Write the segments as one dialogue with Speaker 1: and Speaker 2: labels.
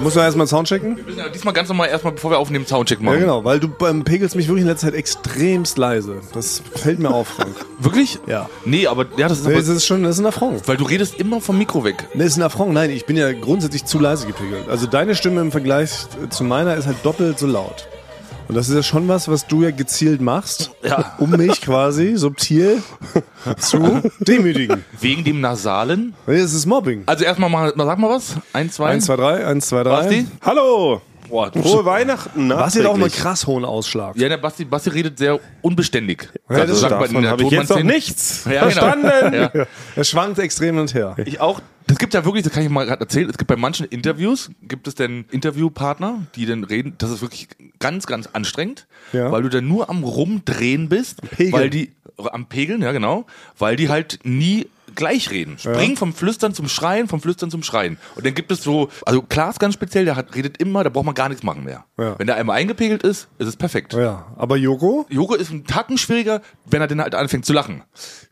Speaker 1: Muss man erstmal einen Sound checken?
Speaker 2: Wir müssen ja diesmal ganz normal erstmal, bevor wir aufnehmen, Soundcheck
Speaker 1: Ja,
Speaker 2: machen.
Speaker 1: genau, weil du ähm, pegelst mich wirklich in letzter Zeit extremst leise. Das fällt mir auf, Frank.
Speaker 2: Wirklich?
Speaker 1: Ja.
Speaker 2: Nee, aber ja, das ist
Speaker 1: Nee,
Speaker 2: aber,
Speaker 1: das ist schon, das ist ein Affront.
Speaker 2: weil du redest immer vom Mikro weg.
Speaker 1: Nee, ist ein Affront. Nein, ich bin ja grundsätzlich zu leise gepegelt. Also deine Stimme im Vergleich zu meiner ist halt doppelt so laut. Und das ist ja schon was, was du ja gezielt machst,
Speaker 2: Ja.
Speaker 1: um mich quasi subtil zu demütigen.
Speaker 2: Wegen dem Nasalen.
Speaker 1: Nee, das ist Mobbing.
Speaker 2: Also erstmal mal, mal sag mal was. Eins, zwei.
Speaker 1: 1, 2, 3, 1, 2,
Speaker 2: Basti?
Speaker 1: 3.
Speaker 3: Hallo!
Speaker 2: Boah,
Speaker 3: Frohe Weihnachten! ne?
Speaker 1: Basti hat auch mal
Speaker 3: nachträglich.
Speaker 1: krass hohen Ausschlag.
Speaker 2: Ja, der Basti, Basti redet sehr unbeständig.
Speaker 1: Ja, das
Speaker 2: sagt man in
Speaker 3: Davon
Speaker 2: der
Speaker 3: habe ich jetzt noch
Speaker 2: Tonbandszene.
Speaker 3: nichts
Speaker 2: Ja, genau.
Speaker 3: verstanden!
Speaker 2: Ja.
Speaker 1: Er schwankt extrem hin und her.
Speaker 2: Ich auch. Das gibt ja wirklich, das kann ich mal gerade erzählen, es gibt bei manchen Interviews, gibt es denn Interviewpartner, die dann reden, das ist wirklich ganz, ganz anstrengend,
Speaker 1: Ja.
Speaker 2: weil du dann nur am Rumdrehen bist,
Speaker 1: Pegeln.
Speaker 2: weil die, am Pegeln, ja genau, weil die halt nie gleich reden. Springen vom Flüstern zum Schreien, vom Flüstern zum Schreien. Und dann gibt es so, also Klaas ganz speziell, der hat, redet immer, da braucht man gar nichts machen mehr.
Speaker 1: Ja.
Speaker 2: Wenn der einmal eingepegelt ist, ist es perfekt.
Speaker 1: Ja, aber Joko?
Speaker 2: Joko ist ein Tacken schwieriger, wenn er dann halt anfängt zu lachen.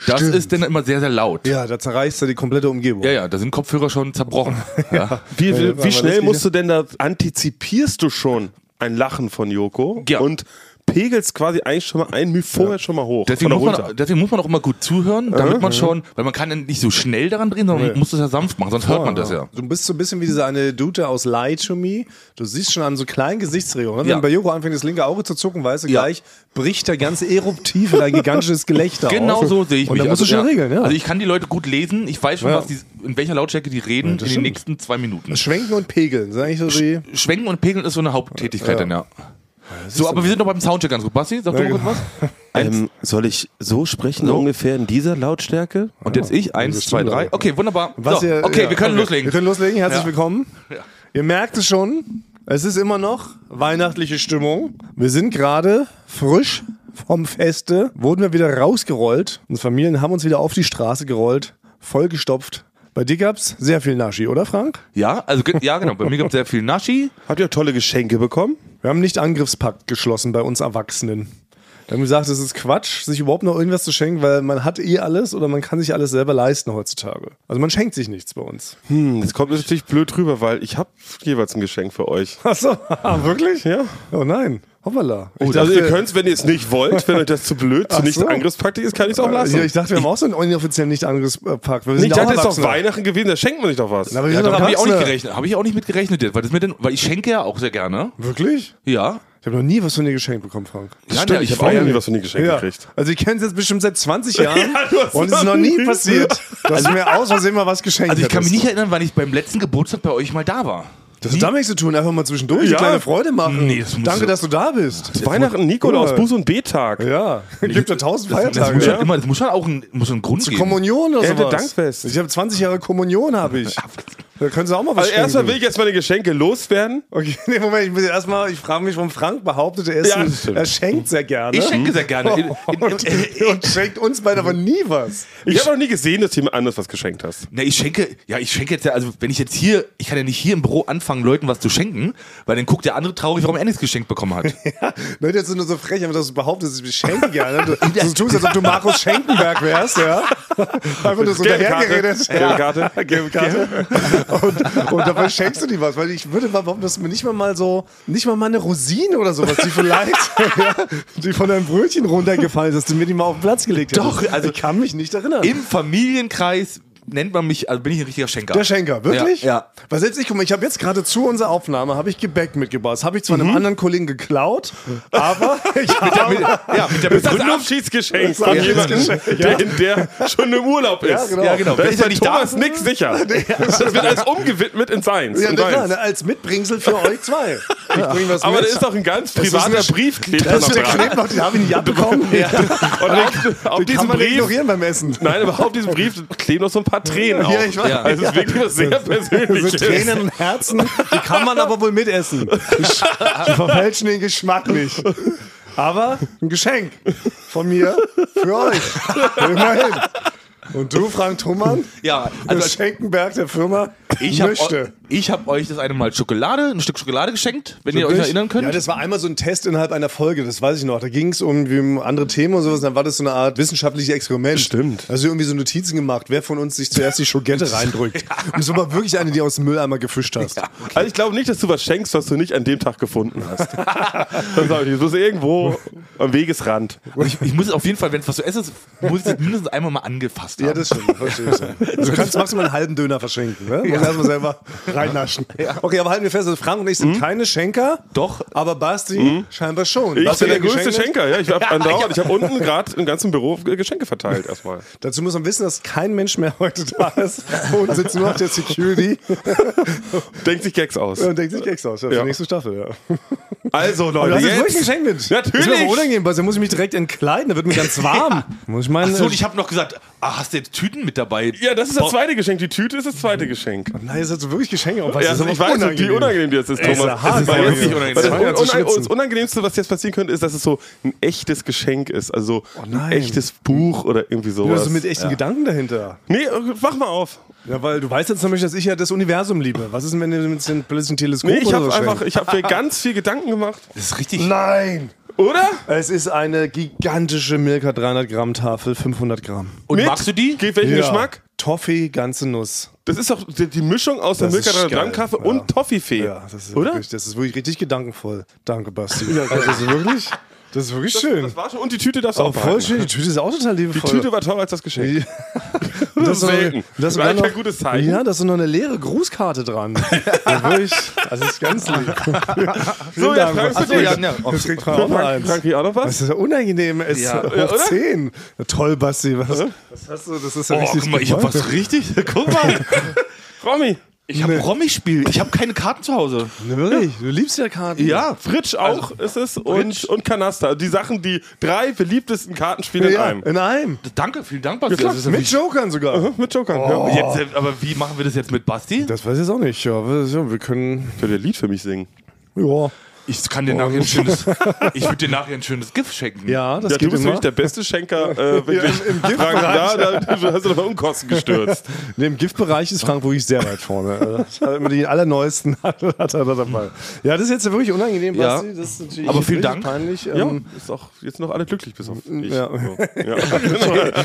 Speaker 2: Das ist dann immer sehr, sehr laut.
Speaker 1: Ja, da zerreißt er die komplette Umgebung.
Speaker 2: Ja, ja, da sind Kopfhörer schon zerbrochen. Ja.
Speaker 3: Wie,
Speaker 1: Ja,
Speaker 3: wie,
Speaker 1: aber
Speaker 3: wie
Speaker 1: das
Speaker 3: schnell
Speaker 1: geht
Speaker 3: musst du denn da, antizipierst du schon ein Lachen von Joko
Speaker 2: Ja.
Speaker 3: und pegelst quasi eigentlich schon mal ein Mühe vorher schon mal hoch.
Speaker 2: Deswegen,
Speaker 3: oder
Speaker 2: muss
Speaker 3: runter.
Speaker 2: man, deswegen muss man auch immer gut zuhören, damit man schon, weil man kann dann nicht so schnell daran drehen, sondern man muss das ja sanft machen, sonst hört man das ja.
Speaker 1: Du bist Ah. so ein bisschen wie dieser eine Dude aus Lie to Me. Du siehst schon an so kleinen Gesichtsregungen. ne?
Speaker 2: Ja.
Speaker 1: Wenn bei Joko anfängt, das linke Auge zu zucken, weißt du
Speaker 2: Ja.
Speaker 1: gleich, bricht er ganz eruptiv in ein gigantisches Gelächter
Speaker 2: Genau
Speaker 1: aus.
Speaker 2: so sehe ich
Speaker 1: Und
Speaker 2: mich.
Speaker 1: dann musst du schon
Speaker 2: ja.
Speaker 1: regeln, ja.
Speaker 2: Also ich kann die Leute gut lesen, ich weiß schon,
Speaker 1: Ja.
Speaker 2: was die, in welcher Lautstärke die reden in den
Speaker 1: stimmt.
Speaker 2: nächsten zwei Minuten.
Speaker 1: Schwenken und pegeln, sag ich so die.
Speaker 2: Schwenken und Pegeln ist so eine Haupttätigkeit dann, ja. So, aber wir sind noch beim Soundcheck ganz gut. Basti, sag du noch
Speaker 1: genau.
Speaker 2: kurz was?
Speaker 3: Ähm, soll ich so sprechen, ungefähr in dieser Lautstärke?
Speaker 2: Und jetzt ich, eins, zwei, drei. Okay, wunderbar.
Speaker 1: genau. Was
Speaker 2: so,
Speaker 1: ihr-
Speaker 2: okay,
Speaker 1: ja,
Speaker 2: wir können loslegen.
Speaker 1: Wir können loslegen, herzlich
Speaker 2: Ja.
Speaker 1: willkommen. Ihr merkt es schon, es ist immer noch weihnachtliche Stimmung. Wir sind gerade frisch vom Feste, wurden wir wieder rausgerollt. Unsere Familien haben uns wieder auf die Straße gerollt, vollgestopft. Bei dir gab's sehr viel Naschi, oder Frank?
Speaker 2: ja, also ge- ja, genau. Bei mir gibt es sehr viel Naschi.
Speaker 3: Habt ihr tolle Geschenke bekommen?
Speaker 1: Wir haben nicht Angriffspakt geschlossen bei uns Erwachsenen. Wir haben gesagt, es ist Quatsch, sich überhaupt noch irgendwas zu schenken, weil man hat eh alles oder man kann sich alles selber leisten heutzutage. Also man schenkt sich nichts bei uns.
Speaker 3: Hm, das kommt mir natürlich blöd rüber, weil ich habe jeweils ein Geschenk für euch.
Speaker 1: Achso, wirklich?
Speaker 3: Ja.
Speaker 1: Oh nein, hoppala. Ich
Speaker 3: also ihr
Speaker 1: dachte-
Speaker 3: könnt's, wenn ihr es nicht wollt, wenn euch das zu blöd, zu
Speaker 1: Ach
Speaker 3: nicht
Speaker 1: so.
Speaker 3: angriffspraktisch ist, kann ich es auch lassen.
Speaker 1: Ja, ich dachte, wir haben auch so einen inoffiziellen nicht angepackt.
Speaker 3: ich dachte, es ist doch Weihnachten gewesen, da schenkt man sich doch was.
Speaker 1: Aber wir
Speaker 2: Ja,
Speaker 1: sind
Speaker 2: da
Speaker 1: doch
Speaker 2: habe ich auch nicht
Speaker 1: Erwachsene.
Speaker 2: gerechnet. Habe ich auch nicht mit gerechnet, jetzt, weil, das mir denn, weil ich schenke ja auch sehr gerne.
Speaker 1: Wirklich?
Speaker 2: Ja.
Speaker 1: Ich habe noch nie was von dir geschenkt bekommen, Frank.
Speaker 2: ja,
Speaker 3: Stimmt,
Speaker 2: ja,
Speaker 3: ich
Speaker 2: ich
Speaker 3: habe auch
Speaker 2: war
Speaker 3: noch
Speaker 2: ja-
Speaker 3: nie was von dir geschenkt
Speaker 1: Ja.
Speaker 3: gekriegt.
Speaker 1: Also ich kenne es jetzt bestimmt seit 20 Jahren
Speaker 3: Ja, du hast
Speaker 1: und es ist
Speaker 3: noch
Speaker 1: noch nie
Speaker 3: nie-
Speaker 1: passiert, dass du mir aus Versehen mal was geschenkt
Speaker 2: Also ich kann mich
Speaker 1: hättest.
Speaker 2: nicht erinnern, wann ich beim letzten Geburtstag bei euch mal da war.
Speaker 1: Das hat damit nichts zu tun, einfach mal zwischendurch
Speaker 3: Ja.
Speaker 1: eine kleine Freude machen.
Speaker 2: Nee, das muss
Speaker 1: Danke,
Speaker 2: so-
Speaker 1: dass du da bist.
Speaker 3: Weihnachten, Nikolaus,
Speaker 1: Ja.
Speaker 3: Buß- und B-Tag.
Speaker 1: Ja, gibt ja tausend
Speaker 2: Das muss,
Speaker 1: Feiertage.
Speaker 2: schon immer, das muss schon auch ein, muss schon einen Grund geben.
Speaker 1: Kommunion oder
Speaker 3: Ernte
Speaker 1: sowas.
Speaker 3: Dankfest.
Speaker 1: Ich habe 20 Jahre Kommunion, habe ich. Da können Sie auch mal was
Speaker 3: Also erstmal
Speaker 1: schenken.
Speaker 3: will ich jetzt meine Geschenke loswerden.
Speaker 1: Okay, nee, Moment, ich muss jetzt erstmal, ich frage mich, warum Frank behauptet, er, ist
Speaker 3: Ja,
Speaker 1: ein,
Speaker 3: das stimmt.
Speaker 1: er schenkt sehr gerne.
Speaker 2: Ich schenke sehr gerne. In, in, in, in,
Speaker 1: und schenkt uns beide aber nie was.
Speaker 3: Ich habe noch nie gesehen, dass jemand anders was geschenkt hast.
Speaker 2: na, ich schenke, ja, ich schenke jetzt ja, also wenn ich jetzt hier, ich kann ja nicht hier im Büro anfangen, Leuten was zu schenken, weil dann guckt der andere traurig, warum er nichts geschenkt bekommen hat.
Speaker 1: Leute, jetzt sind nur so frech, aber dass du behauptest, ich schenke gerne. Du, du tust, als ob du Markus Schenkenberg wärst, ja? Einfach nur so dahergeredet.
Speaker 3: Karte.
Speaker 1: Gelbe Karte. Und, und dabei schenkst du dir was, weil ich würde mal behaupten, dass du mir nicht mal, mal so, nicht mal mal eine Rosine oder sowas, die vielleicht, ja, die von deinem Brötchen runtergefallen ist, dass du mir die mal auf den Platz gelegt hast.
Speaker 2: Doch, also-
Speaker 1: ich kann mich nicht erinnern.
Speaker 2: Im Familienkreis nennt man mich, also bin ich ein richtiger Schenker.
Speaker 1: Der Schenker, wirklich?
Speaker 2: Ja,
Speaker 1: Weil selbst ich, guck mal, ich habe jetzt gerade zu unserer Aufnahme, habe ich Gebäck mitgebracht. Das habe ich zwar einem anderen Kollegen geklaut, aber ich
Speaker 2: ja.
Speaker 1: habe...
Speaker 2: Mit, ja, mit der
Speaker 3: Das ist das
Speaker 2: Begründung,
Speaker 3: Abschiedsgeschenk
Speaker 1: Das
Speaker 3: von jemandem,
Speaker 1: Abschiedsgeschenk,
Speaker 3: der, der schon im Urlaub ist.
Speaker 1: Ja, genau.
Speaker 2: Ja, genau.
Speaker 3: Da
Speaker 2: Wenn
Speaker 3: ist
Speaker 2: ich
Speaker 3: bei
Speaker 2: nicht da
Speaker 3: Thomas nix sicher. Das wird alles umgewidmet in seins.
Speaker 1: Ja,
Speaker 3: in
Speaker 1: na klar,
Speaker 3: seins.
Speaker 1: ne, als Mitbringsel für euch zwei. Ich bring was
Speaker 3: Aber da
Speaker 1: mit.
Speaker 3: ist doch ein ganz
Speaker 1: Das ist
Speaker 3: privater
Speaker 1: eine Sch-
Speaker 3: Briefkleber
Speaker 1: Das
Speaker 3: noch
Speaker 1: ist der
Speaker 3: dran.
Speaker 1: Knebel noch, den habe ich nicht abbekommen.
Speaker 3: Und auf, auf
Speaker 1: Den kann
Speaker 3: diesem
Speaker 1: man
Speaker 3: Brief
Speaker 1: ignorieren beim Essen.
Speaker 3: Nein, aber auf diesem Brief kleben noch so ein paar Tränen auf.
Speaker 1: Ja, ich weiß.
Speaker 2: Ja.
Speaker 3: Also es ist wirklich was sehr
Speaker 1: So
Speaker 3: Persönliches.
Speaker 1: Tränen und Herzen, die kann man aber wohl mitessen. Die sch- die verfälschen den Geschmack nicht. Aber ein Geschenk von mir für euch. Immerhin. Und du, Frank Thomann,
Speaker 2: ja,
Speaker 1: also
Speaker 2: also
Speaker 1: der Schenkenberg der Firma,
Speaker 2: Ich
Speaker 1: möchte.
Speaker 2: habe Ich habe euch das eine Mal Schokolade, ein Stück Schokolade geschenkt, wenn ihr euch erinnern könnt.
Speaker 1: Ja, das war einmal so ein Test innerhalb einer Folge, das weiß ich noch. Da ging es um, wie um andere Themen und sowas, und dann war das so eine Art wissenschaftliches Experiment.
Speaker 3: Stimmt.
Speaker 1: Also irgendwie so Notizen gemacht, wer von uns sich zuerst die Schogette reindrückt. Und es war mal wirklich eine, die aus dem Mülleimer gefischt hast.
Speaker 3: Also ich glaube nicht, dass du was schenkst, was du nicht an dem Tag gefunden hast. das sag ich nicht. Du bist irgendwo am Wegesrand.
Speaker 2: ich, ich muss auf jeden Fall, wenn es was zu essen ist, muss ich das mindestens einmal mal angefasst haben.
Speaker 1: Ja, das stimmt, verstehe ich. Also- Du kannst maximal einen halben Döner verschenken, ne? Und erstmal selber reinnaschen. Okay, aber halten wir fest, also Frank und ich
Speaker 3: Mhm.
Speaker 1: sind keine Schenker.
Speaker 2: Doch.
Speaker 1: Aber Basti scheinbar schon.
Speaker 3: Ich
Speaker 1: Was
Speaker 3: bin
Speaker 1: er
Speaker 3: der größte
Speaker 1: geschenkt hat-
Speaker 3: Schenker. Ja, ich habe andauernd. Ich habe unten gerade im ganzen Büro Geschenke verteilt erstmal.
Speaker 1: Dazu muss man wissen, dass kein Mensch mehr heute da ist und sitzt nur auf der Security
Speaker 3: Denkt sich Gags aus.
Speaker 1: und denkt sich Gags aus. Ja, für
Speaker 3: Ja.
Speaker 1: die nächste Staffel, ja.
Speaker 3: Also
Speaker 1: Und
Speaker 3: Leute,
Speaker 1: das ist wirklich ein
Speaker 3: jetzt.
Speaker 1: Geschenk mit.
Speaker 3: Natürlich.
Speaker 1: Das ist mir aber unangenehm, weil da muss ich mich direkt entkleiden, da wird mir ganz warm. Muss ich meinen.
Speaker 2: Achso, und ich habe noch gesagt, ah, hast du jetzt Tüten mit dabei?
Speaker 3: Ja, das ist das zweite Geschenk. Die Tüte ist das zweite Geschenk.
Speaker 1: Nein, das ist jetzt wirklich Geschenke auf.
Speaker 3: Ja, also ich weiß nicht, wie unangenehm dir das ist,
Speaker 1: Ey, ist ja
Speaker 3: Thomas.
Speaker 1: hart,
Speaker 3: Es
Speaker 2: aber
Speaker 3: jetzt
Speaker 2: jetzt
Speaker 3: nicht
Speaker 2: nicht unangenehm.
Speaker 3: unangenehm. Das,
Speaker 1: Das war ja zu
Speaker 3: Unang
Speaker 1: schwitzen.
Speaker 3: das Unangenehmste, was jetzt passieren könnte, ist, dass es so ein echtes Geschenk ist. Also ein
Speaker 1: Oh nein.
Speaker 3: echtes Buch oder irgendwie sowas.
Speaker 1: Also mit echten Gedanken dahinter.
Speaker 3: nee, äh, wach mal auf.
Speaker 1: Ja, weil du weißt jetzt nämlich, dass ich ja das Universum liebe. Was ist denn, wenn du mit dem plötzlichen Teleskop
Speaker 3: Nee, ich
Speaker 1: oder
Speaker 3: habe
Speaker 1: so
Speaker 3: einfach,
Speaker 1: schenkst?
Speaker 3: ich habe mir ganz viel Gedanken gemacht.
Speaker 2: Das ist richtig.
Speaker 1: Nein!
Speaker 3: Oder?
Speaker 1: Es ist eine gigantische Milka 300 Gramm Tafel, 500 Gramm.
Speaker 2: und
Speaker 3: Mit-
Speaker 2: magst du die?
Speaker 3: Geht welchen
Speaker 1: Ja.
Speaker 3: Geschmack?
Speaker 1: Toffee, ganze Nuss.
Speaker 3: Das ist doch die die Mischung aus der
Speaker 1: Das
Speaker 3: Milka
Speaker 1: ist
Speaker 3: 300 Gramm
Speaker 1: geil,
Speaker 3: Kaffee
Speaker 1: ja.
Speaker 3: und Toffifee.
Speaker 1: Ja, das ist,
Speaker 3: Oder?
Speaker 1: Wirklich, das ist wirklich richtig gedankenvoll. Danke, Basti. Also, das ist wirklich, das ist wirklich schön.
Speaker 3: Das war schon. Und die Tüte darfst du auch
Speaker 1: Aber voll
Speaker 3: behalten.
Speaker 1: schön, die Tüte ist auch total
Speaker 3: Die
Speaker 1: liebevoll.
Speaker 3: Tüte war teurer als das Geschenk.
Speaker 1: das
Speaker 3: ist selten.
Speaker 1: Das
Speaker 3: Das
Speaker 1: war
Speaker 3: ist
Speaker 1: noch,
Speaker 3: kein gutes Zeichen.
Speaker 1: Ja, da ist so noch eine leere Grußkarte dran. ja, wirklich, also das ist ganz lieb.
Speaker 3: So,
Speaker 1: Vielen
Speaker 3: ja,
Speaker 1: Dank,
Speaker 3: Frank,
Speaker 1: Basti.
Speaker 2: Ach so, ja, ne. ja.
Speaker 1: Jetzt kriegt man auch noch
Speaker 3: Frank,
Speaker 1: eins.
Speaker 3: Frank, hier auch noch was?
Speaker 1: Das ist ja unangenehm, es ist
Speaker 2: Ja,
Speaker 1: hoch
Speaker 3: ja, äh, oder?
Speaker 1: 10. Ja, toll, Basti, was, was hast du, das ist ja
Speaker 2: Oh,
Speaker 1: richtig
Speaker 2: guck mal, ich habe
Speaker 1: gewollt.
Speaker 2: was richtig. Guck mal.
Speaker 3: Romy.
Speaker 2: Ich habe Promispiel. Ich habe keine Karten zu Hause.
Speaker 1: Ne, Wirklich, du liebst ja also Karten.
Speaker 3: Ja, Fritsch auch ist es und, und Kanasta. Die Sachen, die drei beliebtesten Kartenspiele
Speaker 1: Ja,
Speaker 3: in einem.
Speaker 1: in einem.
Speaker 2: Danke, vielen Dank, Basti.
Speaker 3: klar.
Speaker 2: Das ist
Speaker 1: Mit Jokern sogar. Oh,
Speaker 3: Mit Jokern.
Speaker 2: ja-
Speaker 3: Ja.
Speaker 2: jetzt, äh, aber wie machen wir das jetzt mit Basti?
Speaker 1: Das weiß ich jetzt auch nicht. Ja, wir ja, wir können.
Speaker 3: Könnt ihr ein Lied für mich singen?
Speaker 1: Ja,
Speaker 2: Ich kann dir nachher ein schönes. ich würde dir nachher ein schönes Gift schenken.
Speaker 1: Oh. ja das
Speaker 3: Ja, du
Speaker 1: geht
Speaker 3: bist
Speaker 1: immer.
Speaker 3: wirklich der beste Schenker. Äh, wirklich.
Speaker 1: im- im
Speaker 3: Frank,
Speaker 1: Giftbereich.
Speaker 3: da, da du hast du doch Unkosten gestürzt.
Speaker 1: Nee, Im Giftbereich ist Frank wirklich sehr weit vorne. Also, das hat immer die allerneuesten hat er da dabei. Ja, das ist jetzt wirklich unangenehm,
Speaker 2: Ja.
Speaker 1: Basti. Das ist natürlich
Speaker 2: Aber vielen
Speaker 1: richtig
Speaker 2: Dank.
Speaker 1: peinlich.
Speaker 3: ja,
Speaker 1: Ähm,
Speaker 3: ist auch jetzt noch alle glücklich bis auf ich.
Speaker 1: Mm, Ja.
Speaker 3: So, ja. Genau.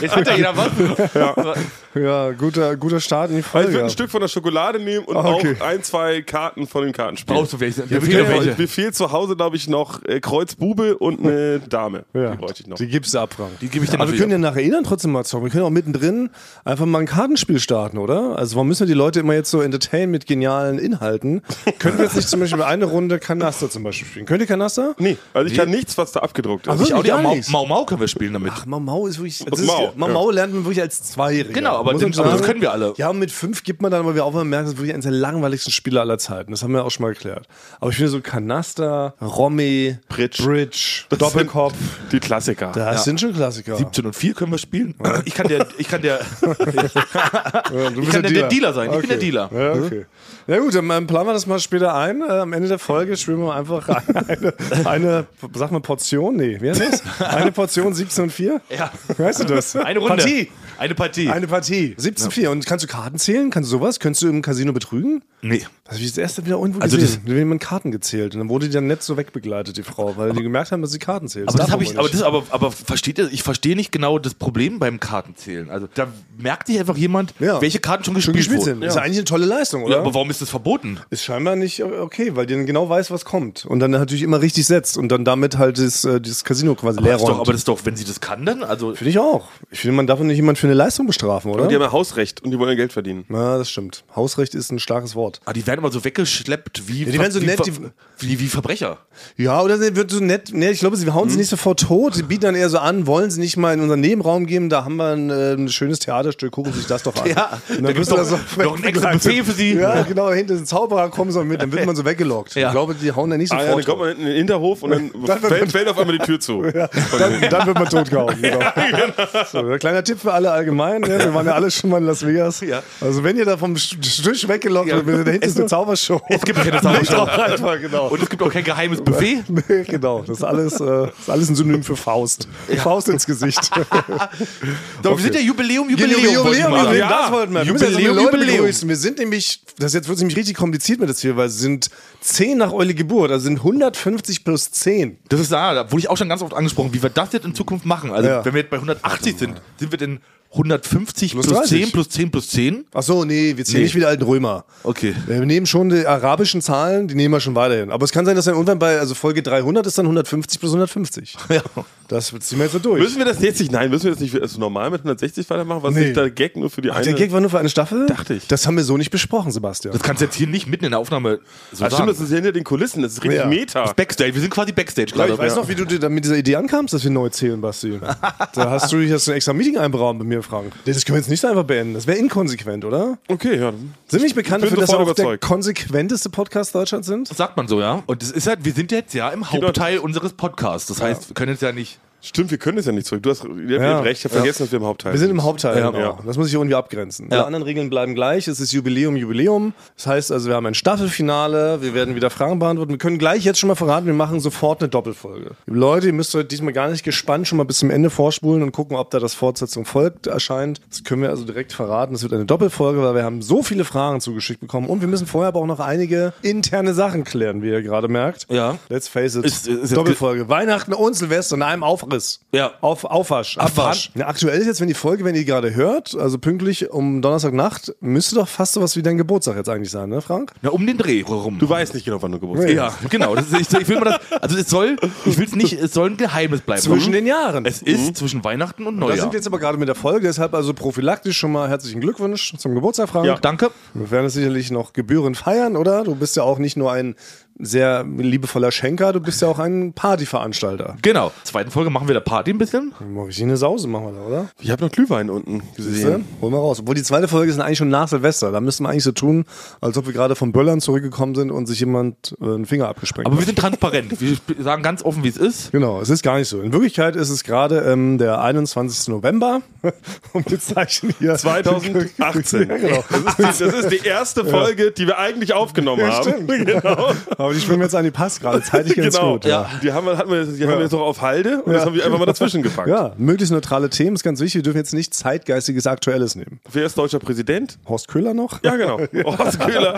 Speaker 2: Jetzt hat ja jeder was.
Speaker 1: ja, guter, guter Start in die
Speaker 3: Also ich
Speaker 1: Folge.
Speaker 3: würde ein Stück von der Schokolade nehmen und
Speaker 1: Ah, okay.
Speaker 3: auch ein, zwei Karten von den Kartenspielen.
Speaker 2: Brauchst du welche? Mir
Speaker 3: Mir
Speaker 2: fehlen noch
Speaker 3: fehlt,
Speaker 2: welche.
Speaker 3: mir fehlt zu Hause, glaube ich, noch äh, Kreuz Bube und eine Dame.
Speaker 1: ja.
Speaker 3: Die bräuchte ich noch.
Speaker 1: Die gibst du ab, Frank.
Speaker 2: Die gebe ich dir
Speaker 1: Aber wir
Speaker 2: natürlich
Speaker 1: können ja nachher eh dann trotzdem mal zocken. Wir können auch mittendrin einfach mal ein Kartenspiel starten, oder? Also warum müssen wir die Leute immer jetzt so entertainen mit genialen Inhalten? Können wir jetzt nicht zum Beispiel eine Runde Kanasta zum Beispiel spielen? Könnt ihr Kanasta?
Speaker 3: Nee, also ich kann nichts, was da abgedruckt ist.
Speaker 1: Ach,
Speaker 2: Ich auch die
Speaker 1: Gar
Speaker 2: Mau,
Speaker 1: nichts.
Speaker 2: Mau Mau können wir spielen damit.
Speaker 1: Ach, Mau Mau ist wirklich. Das ist,
Speaker 3: Mau,
Speaker 1: Mau, Mau lernt man wirklich als Zweijähriger.
Speaker 2: Genau, aber
Speaker 1: Muss
Speaker 2: den-
Speaker 1: man sagen.
Speaker 2: aber das können wir alle.
Speaker 1: Ja, und mit fünf gibt man dann aber wieder auf und merkt, das ist wirklich eines der langweiligsten Spiele aller Zeiten. Das haben wir auch schon mal geklärt. Aber ich finde so Kanaster, Romy,
Speaker 3: Bridge.
Speaker 1: Bridge Doppelkopf,
Speaker 3: Die Klassiker.
Speaker 1: das sind schon Klassiker.
Speaker 2: 17 und 4 können wir spielen. Ich kann der, ich kann der,
Speaker 1: Ja, du
Speaker 2: ich
Speaker 1: bist
Speaker 2: kann der, der Dealer sein. Ich bin der
Speaker 1: Okay.
Speaker 2: Dealer. Mhm.
Speaker 1: Ja, okay. Ja gut, dann ähm, planen wir das mal später ein. Äh, am Ende der Folge spielen wir einfach eine, eine sag mal Portion, nee, wie heißt das? Eine Portion 17 und 4?
Speaker 2: Ja.
Speaker 1: Weißt du das?
Speaker 2: Eine Runde.
Speaker 1: Partie.
Speaker 2: Eine Partie.
Speaker 1: Eine Partie. 17-4. Und kannst du Karten zählen? Kannst du sowas? Könntest du im Casino betrügen?
Speaker 2: nee.
Speaker 1: Das habe ich das erste wieder irgendwo
Speaker 2: Also
Speaker 1: gesehen. Da hat jemand Karten gezählt. Und dann wurde die dann nett so wegbegleitet, die Frau, weil die gemerkt haben, dass sie Karten zählt.
Speaker 2: Aber das
Speaker 1: darf
Speaker 2: habe
Speaker 1: man
Speaker 2: ich,
Speaker 1: wohl
Speaker 2: aber
Speaker 1: nicht.
Speaker 2: das, aber, aber versteht ihr, ich verstehe nicht genau das Problem beim Kartenzählen. Also da merkt sich einfach jemand,
Speaker 1: Ja.
Speaker 2: welche Karten schon
Speaker 1: Schon
Speaker 2: gespielt,
Speaker 1: gespielt
Speaker 2: wurden.
Speaker 1: sind. Ist ja eigentlich eine tolle Leistung, oder?
Speaker 2: Ja, aber warum ist das verboten?
Speaker 1: ist scheinbar nicht äh, okay, weil die dann genau weiß, was kommt. Und dann natürlich immer richtig setzt und dann damit halt das, äh, dieses Casino quasi leer
Speaker 2: Das ist doch, aber
Speaker 1: räumt.
Speaker 2: das ist doch, wenn sie das kann, dann, also
Speaker 1: Finde ich auch. Ich finde, man darf doch nicht jemanden für eine Leistung bestrafen,
Speaker 3: Und
Speaker 1: oder?
Speaker 3: die haben ja Hausrecht und die wollen ja Geld verdienen.
Speaker 1: Na, das stimmt. Hausrecht ist ein starkes Wort.
Speaker 2: Ah, die werden immer so weggeschleppt wie,
Speaker 1: die werden so
Speaker 2: wie,
Speaker 1: nett,
Speaker 2: Ver-
Speaker 1: die-
Speaker 2: wie, wie Verbrecher.
Speaker 1: Ja, oder sie wird so nett, nee, ich glaube, sie hauen
Speaker 2: Hm?
Speaker 1: sie nicht sofort tot, sie bieten dann eher so an, wollen sie nicht mal in unseren Nebenraum geben, da haben wir ein, äh, ein schönes Theaterstück, gucken Sie sich das doch an. Und dann wirst du da so
Speaker 2: noch ein extra Buffet für sie.
Speaker 1: Ja, genau, hinter den Zauberer kommen sie mit, dann wird man so weggelockt.
Speaker 2: Ja.
Speaker 1: Ich glaube, die hauen da nicht
Speaker 3: Ah ja, dann
Speaker 1: sofort tot.
Speaker 3: kommt man hinten in den Hinterhof und dann, fällt, fällt auf einmal die Tür zu.
Speaker 2: genau.
Speaker 1: Dann, dann wird man tot gehauen. Genau. So, ein kleiner Tipp für alle allgemein. Ne? Wir waren ja alle schon mal in Las Vegas.
Speaker 2: Ja.
Speaker 1: Also wenn ihr da vom Sch- Tisch weggelockt werdet, ja. da hinten ist eine Zaubershow.
Speaker 2: Es gibt keine
Speaker 1: Nicht
Speaker 2: Zaubershow.
Speaker 1: drauf einfach, genau.
Speaker 2: Und es gibt auch kein geheimes Buffet.
Speaker 1: Nee, genau, das ist alles, äh, ist alles ein Synonym für Faust. Faust ins Gesicht.
Speaker 2: Doch, wir sind ja Jubiläum, Jubiläum.
Speaker 1: Jubiläum,
Speaker 2: wollte ich
Speaker 1: Jubiläum,
Speaker 2: mal sagen.
Speaker 1: Jubiläum,
Speaker 2: Ja.
Speaker 1: das wollten wir. Wir müssen jetzt
Speaker 2: Jubiläum,
Speaker 1: alle Leute
Speaker 2: Jubiläum.
Speaker 1: begrüßen. Wir sind nämlich, das jetzt wird nämlich richtig kompliziert mit das hier, weil es sind 10 nach Eule Geburt, also sind 150 plus 10.
Speaker 2: Das ist ah, da, da wurde ich auch schon ganz oft angesprochen, wie wir das jetzt in Zukunft machen. Also,
Speaker 1: Ja.
Speaker 2: wenn wir jetzt bei 180 sind, sind wir denn 150 plus,
Speaker 1: 30.
Speaker 2: 10 plus 10 plus 10?
Speaker 1: Ach so, nee, wir zählen
Speaker 2: Nee.
Speaker 1: nicht wie die alten Römer.
Speaker 2: Okay.
Speaker 1: Wir nehmen schon die arabischen Zahlen, die nehmen wir schon weiterhin. Aber es kann sein, dass dann irgendwann bei, also Folge 300 ist dann 150 plus 150.
Speaker 2: Ja.
Speaker 1: Das ziehen wir jetzt so durch.
Speaker 3: Müssen wir das jetzt nicht, nein, müssen wir das nicht also normal mit 160 weitermachen? Was
Speaker 1: Nee.
Speaker 3: ist der Gag nur für die
Speaker 1: Ach,
Speaker 3: eine?
Speaker 1: der Gag war nur für eine Staffel?
Speaker 3: Dachte ich.
Speaker 1: Das haben wir so nicht besprochen, Sebastian.
Speaker 2: Das kannst du jetzt hier nicht mitten in der Aufnahme so
Speaker 3: Ah, stimmt,
Speaker 2: sagen.
Speaker 3: das ist ja hinter den Kulissen, das ist richtig
Speaker 1: Ja.
Speaker 3: Meta.
Speaker 2: Backstage, wir sind quasi Backstage
Speaker 1: Ja,
Speaker 2: gerade.
Speaker 1: ich weiß
Speaker 2: Ja.
Speaker 1: noch, wie du dir dann mit dieser Idee ankamst, dass wir neu zählen, Basti. Da hast du dich jetzt ein extra Meeting einberaumt mit mir, Frank. Das können wir jetzt nicht einfach beenden. Das wäre inkonsequent, oder?
Speaker 3: Okay, ja.
Speaker 1: Sind wir nicht bekannt
Speaker 3: Ich bin
Speaker 1: dafür, dass wir
Speaker 3: sofort
Speaker 1: auch der
Speaker 3: überzeugt.
Speaker 1: konsequenteste Podcast Deutschlands sind?
Speaker 2: Das sagt man so, ja. Und es ist halt, wir sind jetzt ja im Hauptteil unseres Podcasts. Das heißt, wir können jetzt ja nicht.
Speaker 3: Stimmt, wir können es ja nicht zurück. Du hast ihr
Speaker 1: Ja.
Speaker 3: habt recht, ich habe vergessen, dass wir im Hauptteil
Speaker 1: Wir sind im Hauptteil.
Speaker 2: Ja.
Speaker 1: genau. Das muss ich irgendwie abgrenzen. Alle anderen Regeln bleiben gleich. Es ist Jubiläum, Jubiläum. Das heißt also, wir haben ein Staffelfinale. Wir werden wieder Fragen beantworten. Wir können gleich jetzt schon mal verraten, wir machen sofort eine Doppelfolge. Liebe Leute, ihr müsst heute diesmal gar nicht gespannt schon mal bis zum Ende vorspulen und gucken, ob da das Fortsetzung folgt erscheint. Das können wir also direkt verraten. Es wird eine Doppelfolge, weil wir haben so viele Fragen zugeschickt bekommen. Und wir müssen vorher aber auch noch einige interne Sachen klären, wie ihr gerade merkt.
Speaker 2: Ja.
Speaker 1: Let's face it.
Speaker 2: Ist- ist jetzt-
Speaker 1: Doppelfolge. Weihnachten und Silvester in einem Aufriss.
Speaker 2: Ja.
Speaker 1: Auf, Aufwasch.
Speaker 2: Abwasch.
Speaker 1: Na, aktuell ist jetzt, wenn die Folge, wenn ihr die gerade hört, also pünktlich um Donnerstagnacht, müsste doch fast sowas wie dein Geburtstag jetzt eigentlich sein, ne, Frank?
Speaker 2: Na, um den Dreh rum.
Speaker 3: Du weißt nicht genau, wann du geboren bist.
Speaker 2: ja, genau. Das ist, ich, ich will mal das. Also es soll, ich will es nicht, es soll ein Geheimnis bleiben.
Speaker 1: Zwischen
Speaker 2: Mhm.
Speaker 1: den Jahren.
Speaker 2: Es ist zwischen Weihnachten und
Speaker 1: da
Speaker 2: Neujahr.
Speaker 1: sind wir jetzt aber gerade mit der Folge, deshalb also prophylaktisch schon mal herzlichen Glückwunsch zum Geburtstag, Frank.
Speaker 2: ja, danke.
Speaker 1: Wir werden es sicherlich noch gebührend feiern, oder? Du bist ja auch nicht nur ein sehr liebevoller Schenker, du bist ja auch ein Partyveranstalter.
Speaker 2: Genau. Zweiten Folge machen wir der Party ein bisschen.
Speaker 1: Mal richtig eine Sause machen wir da, oder?
Speaker 3: Ich habe noch Glühwein unten
Speaker 1: Siehste?
Speaker 3: gesehen.
Speaker 1: Holen wir raus. Obwohl die zweite Folge ist eigentlich schon nach Silvester. Da müssten wir eigentlich so tun, als ob wir gerade von Böllern zurückgekommen sind und sich jemand äh, einen Finger abgesprengt
Speaker 2: Aber
Speaker 1: hat.
Speaker 2: wir sind transparent. Wir sp- sagen ganz offen, wie es ist.
Speaker 1: Genau, es ist gar nicht so. In Wirklichkeit ist es gerade ähm, der 21. November und wir zeichnen hier
Speaker 3: 2018.
Speaker 1: Ja, genau.
Speaker 3: Das ist, die, das ist die erste Folge, die wir eigentlich aufgenommen
Speaker 1: Ja, stimmt.
Speaker 3: haben. Genau.
Speaker 1: Aber die schwimmen jetzt an die Pass gerade. Zeitlich ganz
Speaker 3: genau.
Speaker 1: gut.
Speaker 3: Ja. Die haben wir, hatten wir, die haben wir jetzt noch auf Halde und das haben wir einfach mal dazwischen gepackt.
Speaker 1: Ja, möglichst neutrale Themen ist ganz wichtig. Wir dürfen jetzt nicht zeitgeistiges Aktuelles nehmen.
Speaker 3: Wer ist deutscher Präsident?
Speaker 1: Horst Köhler noch?
Speaker 3: Ja, genau. Horst Köhler.